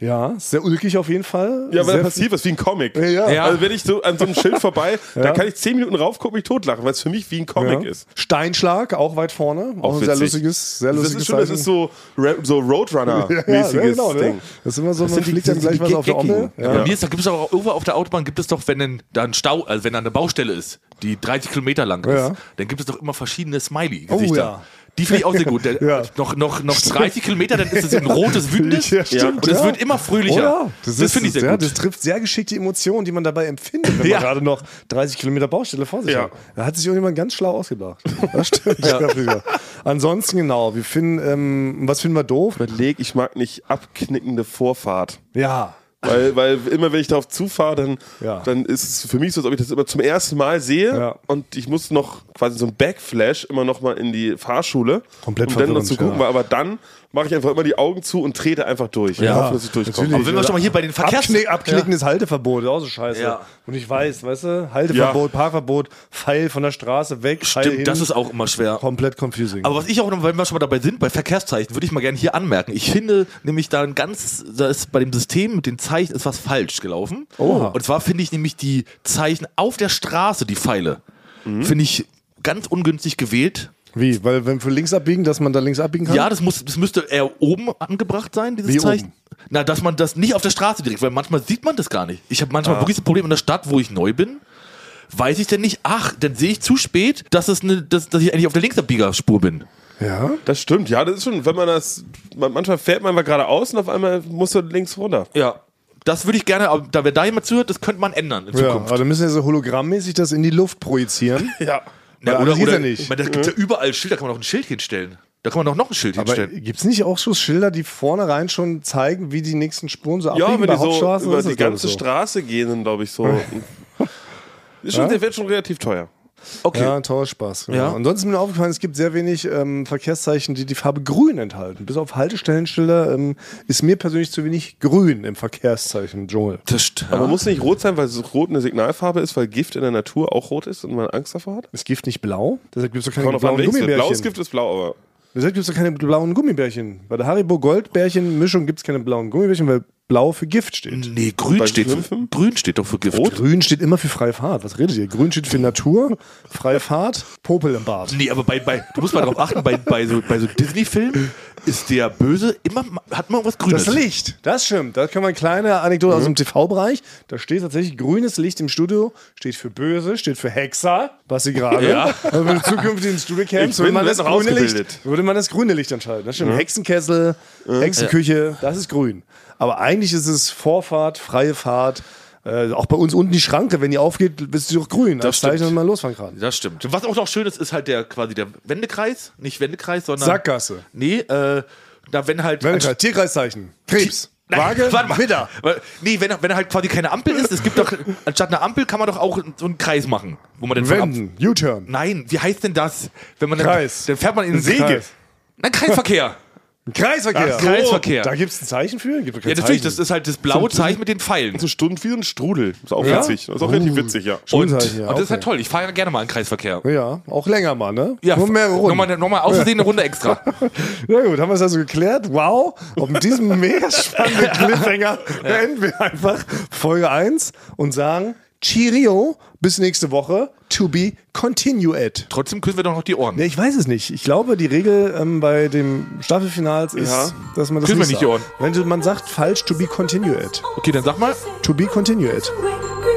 Speaker 1: Ja, ist sehr ulkig auf jeden Fall.
Speaker 3: Ja, weil
Speaker 1: sehr
Speaker 3: da passiert was wie ein Comic.
Speaker 1: Ja. Ja.
Speaker 3: Also wenn ich so an so einem Schild vorbei, da kann ich zehn Minuten rauf, guck mich totlachen, weil es für mich wie ein Comic
Speaker 1: Ja.
Speaker 3: ist.
Speaker 1: Steinschlag, auch weit vorne. Auch,
Speaker 3: Auch
Speaker 1: ein sehr
Speaker 3: witzig.
Speaker 1: lustiges, sehr
Speaker 3: Das
Speaker 1: lustiges
Speaker 3: ist schon, das
Speaker 1: Zeichen.
Speaker 3: ist so, Ra- so
Speaker 1: ja, ja,
Speaker 3: Roadrunner-mäßiges
Speaker 1: genau, ne?
Speaker 3: Ding.
Speaker 1: Das ist immer so, man
Speaker 3: sind die-
Speaker 1: fliegt dann
Speaker 3: sind die
Speaker 1: gleich was auf der
Speaker 3: Geckigen.
Speaker 1: Ommel.
Speaker 2: Ja. Bei mir ist, da gibt es aber auch irgendwo auf der Autobahn gibt es doch, wenn denn da ein Stau, also wenn da eine Baustelle ist, die 30 Kilometer lang ist,
Speaker 1: Ja.
Speaker 2: dann gibt es doch immer verschiedene
Speaker 1: Oh
Speaker 2: Smiley-Gesichter.
Speaker 1: ja.
Speaker 7: Die finde ich auch sehr gut. Der,
Speaker 1: Ja.
Speaker 7: Noch, noch, noch 30 Kilometer, dann ist es ein rotes, wütendes.
Speaker 1: Ja, stimmt,
Speaker 7: und es
Speaker 1: ja.
Speaker 7: wird immer fröhlicher.
Speaker 1: Oder?
Speaker 7: Das,
Speaker 1: ist-
Speaker 7: finde ich sehr
Speaker 1: ja,
Speaker 7: gut.
Speaker 1: Das trifft sehr geschickt die Emotionen, die man dabei empfindet, wenn
Speaker 7: Ja.
Speaker 1: man gerade noch 30 Kilometer Baustelle vor sich
Speaker 3: Ja.
Speaker 1: hat. Da hat sich irgendjemand ganz schlau ausgedacht. Das stimmt. Ich glaub, ja. Ansonsten genau, wir finden, ähm, was finden wir doof?
Speaker 3: Überleg, ich mag nicht abknickende Vorfahrt.
Speaker 1: Ja.
Speaker 3: Weil, weil immer wenn ich darauf zufahre, dann,
Speaker 1: Ja.
Speaker 3: dann ist es für mich so, als ob ich das immer zum ersten Mal sehe
Speaker 1: Ja.
Speaker 3: und ich muss noch quasi so ein Backflash immer noch mal in die Fahrschule,
Speaker 1: Komplett
Speaker 3: um dann noch
Speaker 1: verwirrend,
Speaker 3: zu gucken,
Speaker 1: ja.
Speaker 3: weil aber dann mache ich einfach immer die Augen zu und trete einfach durch. Ja, hoffe, dass ich durchkomme.
Speaker 7: Aber wenn wir schon mal hier bei den Verkehrs...
Speaker 1: Abknick, abknicken ist Halteverbot, ist auch so scheiße. Und ich weiß, weißt du, Halteverbot, Parkverbot, Pfeil von der Straße weg, Pfeil hin,
Speaker 7: Stimmt, das ist auch immer schwer.
Speaker 1: komplett confusing.
Speaker 7: Aber was ich auch noch, wenn wir schon mal dabei sind, bei Verkehrszeichen, würde ich mal gerne hier anmerken. Ich finde nämlich da ein ganz, da ist bei dem System mit den Zeichen ist was falsch gelaufen. Und zwar finde ich nämlich die Zeichen auf der Straße, die Pfeile, finde ich ganz ungünstig gewählt.
Speaker 1: Wie? Weil wenn für links abbiegen, dass man da links abbiegen kann?
Speaker 7: Ja, das, muss, das müsste eher oben angebracht sein, dieses
Speaker 1: Wie
Speaker 7: Zeichen.
Speaker 1: oben?
Speaker 7: Na, dass man das nicht auf der Straße direkt, weil manchmal sieht man das gar nicht. Ich habe manchmal wirklich das Problem in der Stadt, wo ich neu bin. Weiß ich denn nicht, ach, dann sehe ich zu spät, dass, es ne, dass, dass ich eigentlich auf der Linksabbiegerspur bin.
Speaker 1: ja?
Speaker 3: Das stimmt, ja, das ist schon, wenn man das, man- manchmal fährt man mal geradeaus und auf einmal muss man links runter.
Speaker 7: Ja. Das würde ich gerne, aber da wer da jemand zuhört, das könnte man ändern in
Speaker 1: Ja,
Speaker 7: Zukunft.
Speaker 1: aber dann müssen wir so hologrammmäßig das in die Luft projizieren.
Speaker 3: Ja.
Speaker 7: Na,
Speaker 1: aber das geht ja nicht.
Speaker 7: Ich meine, da gibt ja überall Schilder, da kann man auch ein Schild hinstellen. Da kann man doch noch ein Schild
Speaker 1: Aber
Speaker 7: hinstellen.
Speaker 1: gibt es nicht auch so Schilder, die vornherein schon zeigen, wie die nächsten Spuren so
Speaker 3: Ja,
Speaker 1: abbiegen
Speaker 3: wenn
Speaker 1: bei
Speaker 3: die so
Speaker 1: Hauptstraßen?
Speaker 3: über
Speaker 1: Ist das,
Speaker 3: die
Speaker 1: glaub ich,
Speaker 3: ganze
Speaker 1: so.
Speaker 3: Straße gehen, dann glaube ich so. ist schon, Der wird schon relativ teuer.
Speaker 7: Okay.
Speaker 1: Ja, toller Spaß. Genau.
Speaker 7: Ja.
Speaker 1: Ja. Ansonsten ist mir aufgefallen, es gibt sehr wenig ähm, Verkehrszeichen, die die Farbe grün enthalten. Bis auf Haltestellenschilder ähm, ist mir persönlich zu wenig grün im Verkehrszeichen Dschungel.
Speaker 7: Das st-
Speaker 3: Aber
Speaker 7: ja.
Speaker 3: muss nicht rot sein, weil so rot eine Signalfarbe ist, weil Gift in der Natur auch rot ist und man Angst davor hat?
Speaker 1: Ist Gift nicht blau? Deshalb gibt es doch
Speaker 3: Kommt
Speaker 1: keine
Speaker 3: drauf an,
Speaker 1: blauen
Speaker 3: welches wird. Blaues
Speaker 1: Gummibärchen.
Speaker 3: Gift ist blau, aber.
Speaker 1: Deshalb gibt es doch keine blauen Gummibärchen. Bei der Haribo Goldbärchen-Mischung gibt es keine blauen Gummibärchen, weil blau für Gift steht.
Speaker 7: Nee, grün
Speaker 3: Bei
Speaker 7: steht, für,
Speaker 3: Schlümpfen?
Speaker 7: grün steht doch für Gift.
Speaker 1: Grün steht immer für freie Fahrt. Was redet ihr? Grün steht für Natur, freie Fahrt, Popel im Bad.
Speaker 7: Nee, aber bei, bei, du musst mal darauf achten, bei, bei so, bei so Disney-Filmen ist der Böse immer, hat man was Grünes.
Speaker 1: Das Licht, das stimmt. Da können wir eine kleine Anekdote aus dem TV-Bereich. Da steht tatsächlich grünes Licht im Studio, steht für böse, steht für Hexer, was sie gerade.
Speaker 7: Ja.
Speaker 1: Also wenn du zukünftig ins Studio
Speaker 3: Ich
Speaker 1: kämpfst,
Speaker 3: bin
Speaker 1: würde man, das
Speaker 3: noch
Speaker 1: grüne
Speaker 3: ausgebildet.
Speaker 1: Licht, würde man das grüne Licht entscheiden. Das stimmt. Hexenkessel, Hexenküche, das ist grün. Aber eigentlich ist es Vorfahrt, freie Fahrt. Äh, auch bei uns unten die Schranke, wenn die aufgeht, bist du doch grün. Das
Speaker 7: stimmt.
Speaker 1: Zeichen, dass man losfahren kann.
Speaker 7: Das stimmt. Was auch noch schön ist, ist halt der quasi der Wendekreis. Nicht Wendekreis, sondern.
Speaker 1: Sackgasse.
Speaker 7: Nee, äh, na, wenn halt.
Speaker 1: Wendekreis, Tierkreiszeichen, Krebs, Waage,
Speaker 7: warte mal.
Speaker 1: Widder.
Speaker 7: Weil- Nee, wenn, wenn halt quasi keine Ampel ist, es gibt doch, anstatt einer Ampel kann man doch auch so einen Kreis machen, wo man dann von ab-
Speaker 1: Wenden, U-Turn,
Speaker 7: Nein, wie heißt denn das? Wenn man dann,
Speaker 1: Kreis.
Speaker 7: dann fährt man in den Segel.
Speaker 1: Kreis.
Speaker 7: Nein, Kreisverkehr.
Speaker 1: Kreisverkehr.
Speaker 7: Ach so. Kreisverkehr.
Speaker 1: Da gibt es ein Zeichen für? Gibt doch kein
Speaker 7: ja, natürlich,
Speaker 1: Zeichen.
Speaker 7: das ist halt das blaue Zeichen mit den Pfeilen.
Speaker 3: So Stunden wie ein Strudel. Ist auch
Speaker 1: Ja?
Speaker 3: witzig. Ist auch
Speaker 1: Oh.
Speaker 3: richtig witzig, ja.
Speaker 7: Und,
Speaker 1: Zeichen, ja,
Speaker 7: und das ist halt
Speaker 1: okay.
Speaker 7: toll. Ich fahre ja gerne mal einen Kreisverkehr.
Speaker 1: Ja, auch länger mal, ne?
Speaker 7: Ja,
Speaker 1: Nur mehrere Runden.
Speaker 7: Nochmal, nochmal außersehen eine Runde extra.
Speaker 1: Na gut, haben wir es also geklärt. Wow, auf diesem mega spannenden Cliffhanger beenden wir einfach Folge 1 und sagen Cheerio, bis nächste Woche, to be continued.
Speaker 7: Trotzdem küssen wir doch noch die Ohren.
Speaker 1: Ja, ich weiß es nicht. Ich glaube, die Regel ähm, bei dem Staffelfinals ist,
Speaker 3: Ja.
Speaker 1: dass man das
Speaker 7: Küssen wir
Speaker 1: nicht
Speaker 7: nicht die
Speaker 1: sagt. Wenn du, man sagt falsch, to be continued.
Speaker 7: Okay, dann sag mal.
Speaker 1: To be continued.
Speaker 8: Wait, wait.